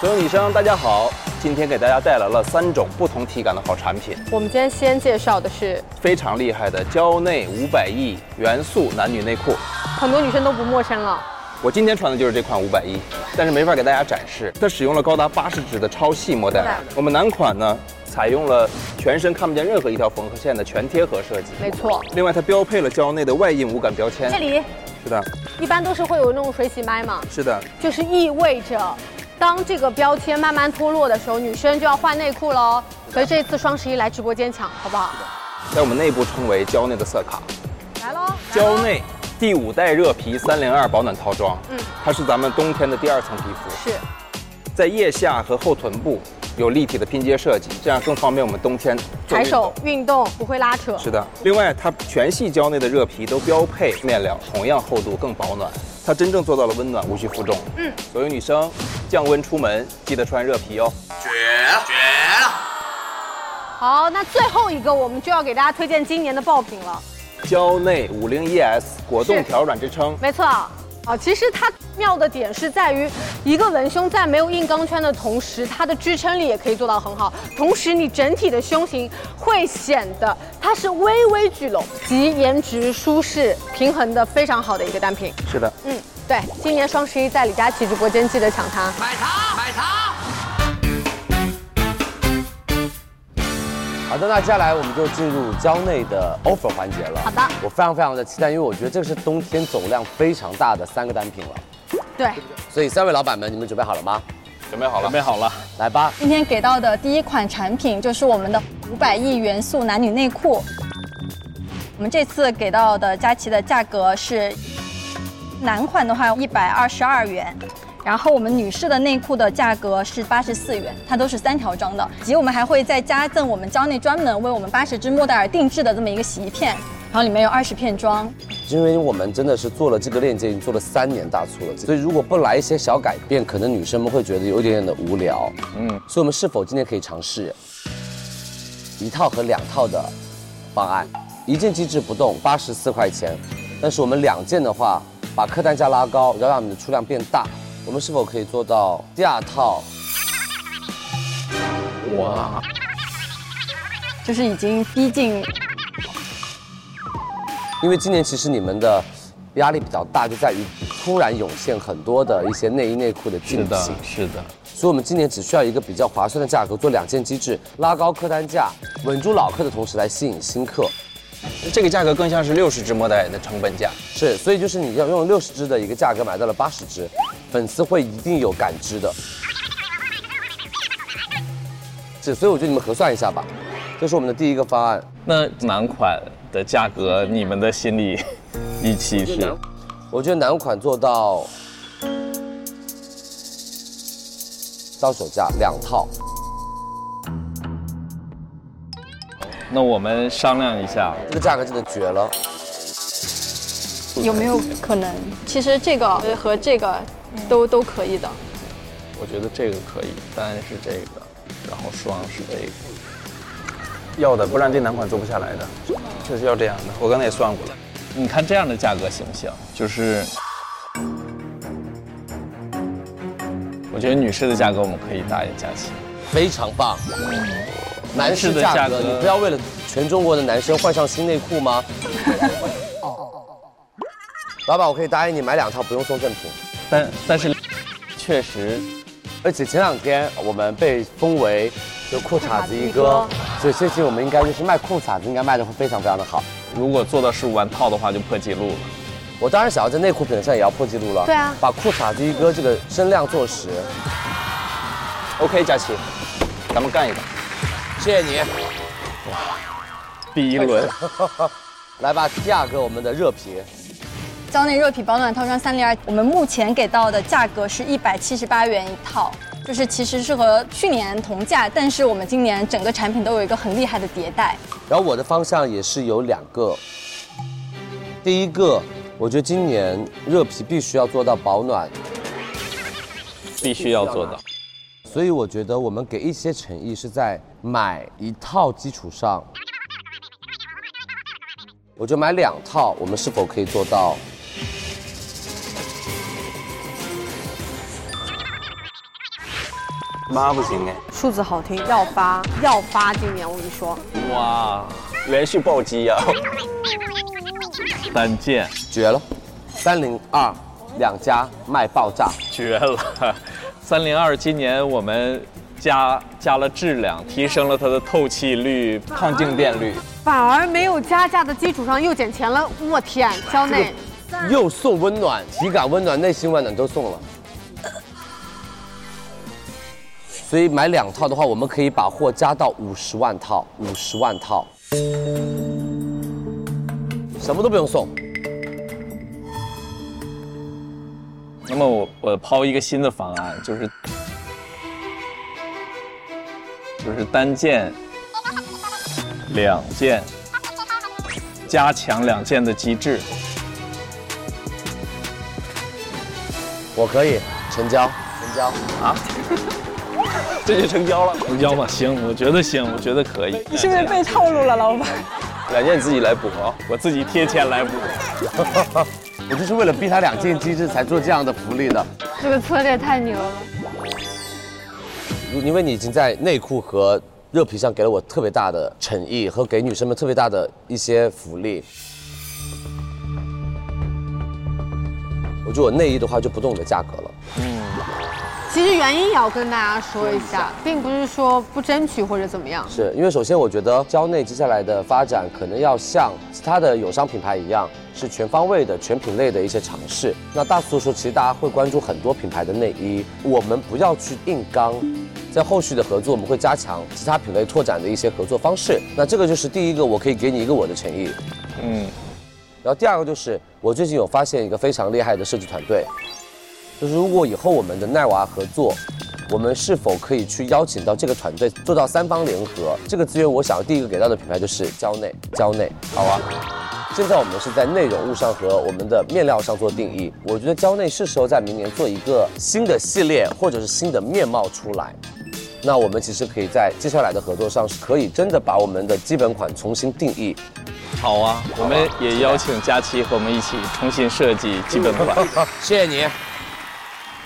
Speaker 12: 所有女生，大家好，今天给大家带来了三种不同体感的好产品，
Speaker 18: 我们今天先介绍的是，
Speaker 12: 非常厉害的蕉内五百亿元素男女内裤。
Speaker 2: 很多女生都不陌生了。
Speaker 12: 我今天穿的就是这款五百一，但是没法给大家展示。它使用了高达八十指的超细model。我们男款呢，采用了全身看不见任何一条缝合线的全贴合设计。
Speaker 18: 没错，
Speaker 12: 另外，它标配了蕉内的外印无感标签。
Speaker 2: 这里
Speaker 12: 是的，
Speaker 2: 一般都是会有那种水洗麦嘛，
Speaker 12: 是的，
Speaker 2: 就是意味着，当这个标签慢慢脱落的时候，女生就要换内裤喽。所以这次双十一来直播间抢，好不好？
Speaker 12: 在我们内部称为蕉内的色卡。
Speaker 2: 来喽！
Speaker 12: 蕉内第五代热皮三零二保暖套装，
Speaker 2: 嗯
Speaker 12: 它是咱们冬天的第二层皮肤，
Speaker 2: 是
Speaker 12: 在腋下和后臀部有立体的拼接设计，这样更方便我们冬天做
Speaker 2: 抬
Speaker 12: 运动
Speaker 2: 手运动不会拉扯。
Speaker 12: 是的，另外它全系胶内的热皮都标配面料，同样厚度更保暖，它真正做到了温暖无需负重。
Speaker 2: 嗯，
Speaker 12: 所有女生降温出门记得穿热皮哦。绝了绝了！
Speaker 2: 好，那最后一个我们就要给大家推荐今年的爆品了。
Speaker 12: 胶内五零 ES 果冻条软支撑，
Speaker 2: 没错，啊，其实它妙的点是在于，一个文胸在没有硬钢圈的同时，它的支撑力也可以做到很好，同时你整体的胸型会显得它是微微聚拢，集颜值、舒适、平衡的非常好的一个单品。
Speaker 12: 是的，
Speaker 2: 嗯，对，今年双十一在李佳琦直播间记得抢它，买它，买它。
Speaker 1: 好的，那接下来我们就进入蕉内的 offer 环节了。
Speaker 2: 好的
Speaker 1: 我非常非常的期待，因为我觉得这是冬天总量非常大的三个单品了。
Speaker 18: 对，
Speaker 1: 所以三位老板们，你们准备好了吗？
Speaker 12: 准备好了，
Speaker 1: 准备好了，来吧。
Speaker 5: 今天给到的第一款产品就是我们的五百亿元素男女内裤。我们这次给到的佳琦的价格是，男款的话一百二十二元，然后我们女士的内裤的价格是八十四元，它都是三条装的。及我们还会再加赠我们蕉内专门为我们八十支莫代尔定制的这么一个洗衣片，然后里面有二十片装。
Speaker 1: 因为我们真的是做了这个链接，已经做了三年大促了，所以如果不来一些小改变，可能女生们会觉得有一点点的无聊。嗯，所以我们是否今天可以尝试一套和两套的方案？一件机制不动，八十四块钱，但是我们两件的话，把客单价拉高，然后让你的出量变大，我们是否可以做到第二套？哇，
Speaker 5: 就是已经逼近
Speaker 1: 因为今年其实你们的压力比较大，就在于突然涌现很多的一些内衣内裤的
Speaker 20: 是
Speaker 1: 竞
Speaker 20: 的
Speaker 1: 品。，
Speaker 20: 是的。
Speaker 1: 所以我们今年只需要一个比较划算的价格，做两件机制，拉高客单价，稳住老客的同时来吸引新客。
Speaker 12: 这个价格更像是六十支莫代尔的成本价。
Speaker 1: 是，所以就是你要用六十支的一个价格买到了八十支，粉丝会一定有感知的。是，所以我觉得你们核算一下吧，这是我们的第一个方案。
Speaker 20: 那男款的价格，你们的心里预期是？
Speaker 1: 我觉得男款做到到手价两套，
Speaker 20: 那我们商量一下，
Speaker 1: 这个价格真的绝了。
Speaker 5: 有没有可能？其实这个和这个都都可以的。
Speaker 20: 我觉得这个可以，单是这个，然后双是这个。
Speaker 12: 要的，不然这男款做不下来的，就是要这样的。我刚才也算过了，
Speaker 20: 你看这样的价格行不行？就是，我觉得女士的价格我们可以大一点加起。
Speaker 1: 非常棒。男士的价格，你不要为了全中国的男生换上新内裤 [laughs] 吗？哦老板，我可以答应你买两套，不用送赠品。
Speaker 20: 但但是，确实，
Speaker 1: 而且前两天我们被封为就裤衩子一哥
Speaker 20: 裤衩子，
Speaker 1: 所以这期我们应该就是卖裤衩子，应该卖的会非常非常的好。
Speaker 20: 如果做到十五万套的话，就破纪录了。
Speaker 1: 我当然想要在内裤品上也要破纪录了，
Speaker 20: 对啊
Speaker 1: 把裤衩子一哥这个声量坐实。
Speaker 12: OK，佳琪，咱们干一个。
Speaker 1: 谢谢你。
Speaker 20: 第一 [laughs] 轮，
Speaker 1: 来吧，第二个我们的热皮，
Speaker 5: 蕉内热皮保暖套装三零二，我们目前给到的价格是一百七十八元一套，就是其实是和去年同价，但是我们今年整个产品都有一个很厉害的迭代。
Speaker 1: 然后我的方向也是有两个，第一个，我觉得今年热皮必须要做到保暖，
Speaker 20: 必须要做到。
Speaker 1: 所以我觉得我们给一些诚意是在买一套基础上，我觉得买两套，我们是否可以做到？
Speaker 19: 妈不行哎，
Speaker 2: 数字好听，要发要发，今年我跟你说，
Speaker 20: 哇，连续暴击呀、单件
Speaker 1: 绝了，三零二两家卖爆炸，
Speaker 20: 绝了！三零二今年我们加加了质量，提升了它的透气率、抗静电率。
Speaker 2: 反而没有加价的基础上又减钱了，我天，蕉内
Speaker 1: 又送温暖，体感温暖、内心温暖都送了。所以买两套的话，我们可以把货加到五十万套，五十万套，什么都不用送。
Speaker 20: 那么我我抛一个新的方案，就是就是单件两件，加强两件的机制。
Speaker 1: 我可以成交，成交
Speaker 20: 啊！ [laughs] 这就成交了，成交吧，行，我觉得行，我觉得可以。
Speaker 6: [laughs] 你是不是被套路了，老板？
Speaker 20: 两件自己来补啊，我自己贴钱 [laughs] 来补。
Speaker 1: 我就是为了逼他两件机制才做这样的福利的，
Speaker 6: 这个策略太牛了。
Speaker 1: [laughs] 因为你已经在内裤和热皮上给了我特别大的诚意和给女生们特别大的一些福利。我觉得我内衣的话就不动我的价格了。
Speaker 2: 其实原因也要跟大家说一下，并不是说不争取或者怎么样，
Speaker 1: 是因为首先我觉得蕉内接下来的发展可能要像其他的友商品牌一样，是全方位的、全品类的一些尝试。那大促的时候，其实大家会关注很多品牌的内衣，我们不要去硬刚。在后续的合作，我们会加强其他品类拓展的一些合作方式。那这个就是第一个，我可以给你一个我的诚意。
Speaker 20: 嗯，
Speaker 1: 然后第二个就是，我最近有发现一个非常厉害的设计团队，就是如果以后我们的奈娃合作，我们是否可以去邀请到这个团队做到三方联合？这个资源，我想第一个给到的品牌就是蕉内，蕉内，好啊。现在我们是在内容物上和我们的面料上做定义，我觉得蕉内是时候在明年做一个新的系列或者是新的面貌出来。那我们其实可以在接下来的合作上，是可以真的把我们的基本款重新定义，
Speaker 20: 好啊，我们也邀请佳琪和我们一起重新设计基本 [laughs] 款。
Speaker 1: 谢谢你。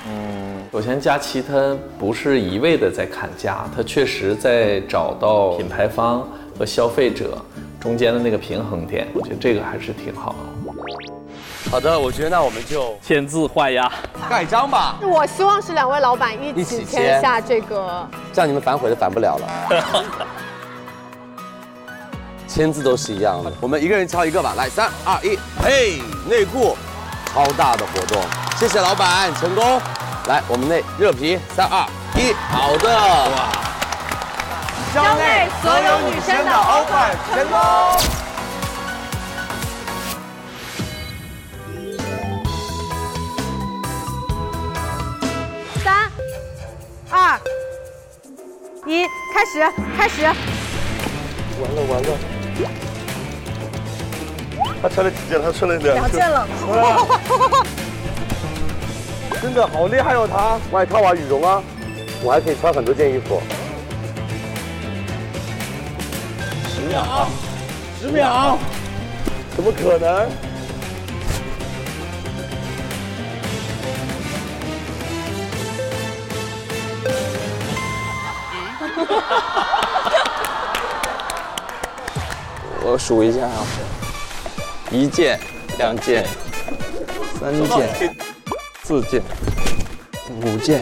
Speaker 20: 嗯，首先佳琪她不是一味的在砍价，她确实在找到品牌方和消费者中间的那个平衡点，我觉得这个还是挺好
Speaker 1: 好的，呃我觉得那我们就
Speaker 20: 签字画押，
Speaker 1: 盖章吧。
Speaker 2: 我希望是两位老板一
Speaker 1: 一起
Speaker 2: 起
Speaker 1: 签
Speaker 2: 签下这个。
Speaker 1: 这样你们反悔都反不了了。签字都是一样的，我们一个人敲一个吧，来，三二一，嘿，内裤，超大的活动，谢谢老板，成功。来，我们内热皮，三二一，好的。哇，
Speaker 6: 蕉内所有女生的 offer 成功。
Speaker 2: 三、二、一，开始，开始。
Speaker 23: 完了完了，他穿了几件？他穿了两
Speaker 6: 两件了
Speaker 23: 哇真的好厉害哦，他外套啊，羽绒啊，我还可以穿很多件衣
Speaker 1: [laughs]
Speaker 23: 服。十秒，十秒，怎么可能？
Speaker 12: 我数一下啊，一件、两件、三件、四件、
Speaker 13: 五件，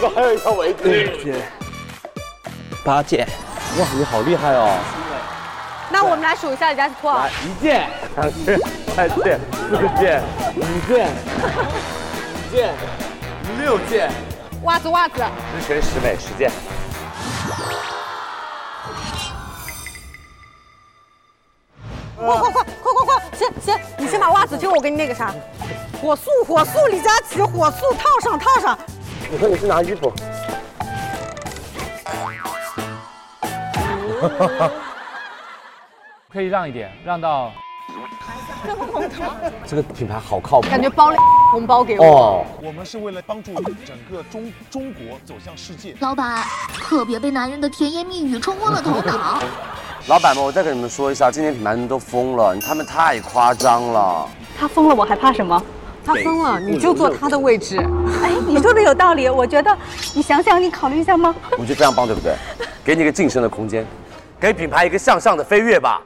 Speaker 17: 这还有一条围
Speaker 13: 六件，八件。哇，你好厉害哦！
Speaker 24: 那我们来数一下李佳琦多少？
Speaker 13: 一件，两件，三件，四件，五件，五件，六件。
Speaker 24: 袜子，袜子。
Speaker 13: 十全十美，十件。
Speaker 2: 快快快快快快！先先，你先把袜子丢，我给你那个啥。火速火速，李佳琦，火速套上套上。
Speaker 13: 你说你是拿衣服？
Speaker 25: [laughs] 可以让一点，让到。
Speaker 13: 这个品牌好靠谱，
Speaker 1: 啊
Speaker 24: 感觉包了红包给我。哦，
Speaker 26: 我们是为了帮助整个中中国走向世界。
Speaker 8: 老板，可别被男人的甜言蜜语冲昏了头脑。
Speaker 1: 老板们，我再跟你们说一下，今年品牌们都疯了，他们太夸张了。
Speaker 27: 他疯了，我还怕什么？
Speaker 2: 他疯了，你就坐他的位置。
Speaker 27: 哎，你说的有道理，我觉得你想想，你考虑一下吗？
Speaker 1: 我觉得非常棒，对不对？给你一个晋升的空间，给品牌一个向上的飞跃吧。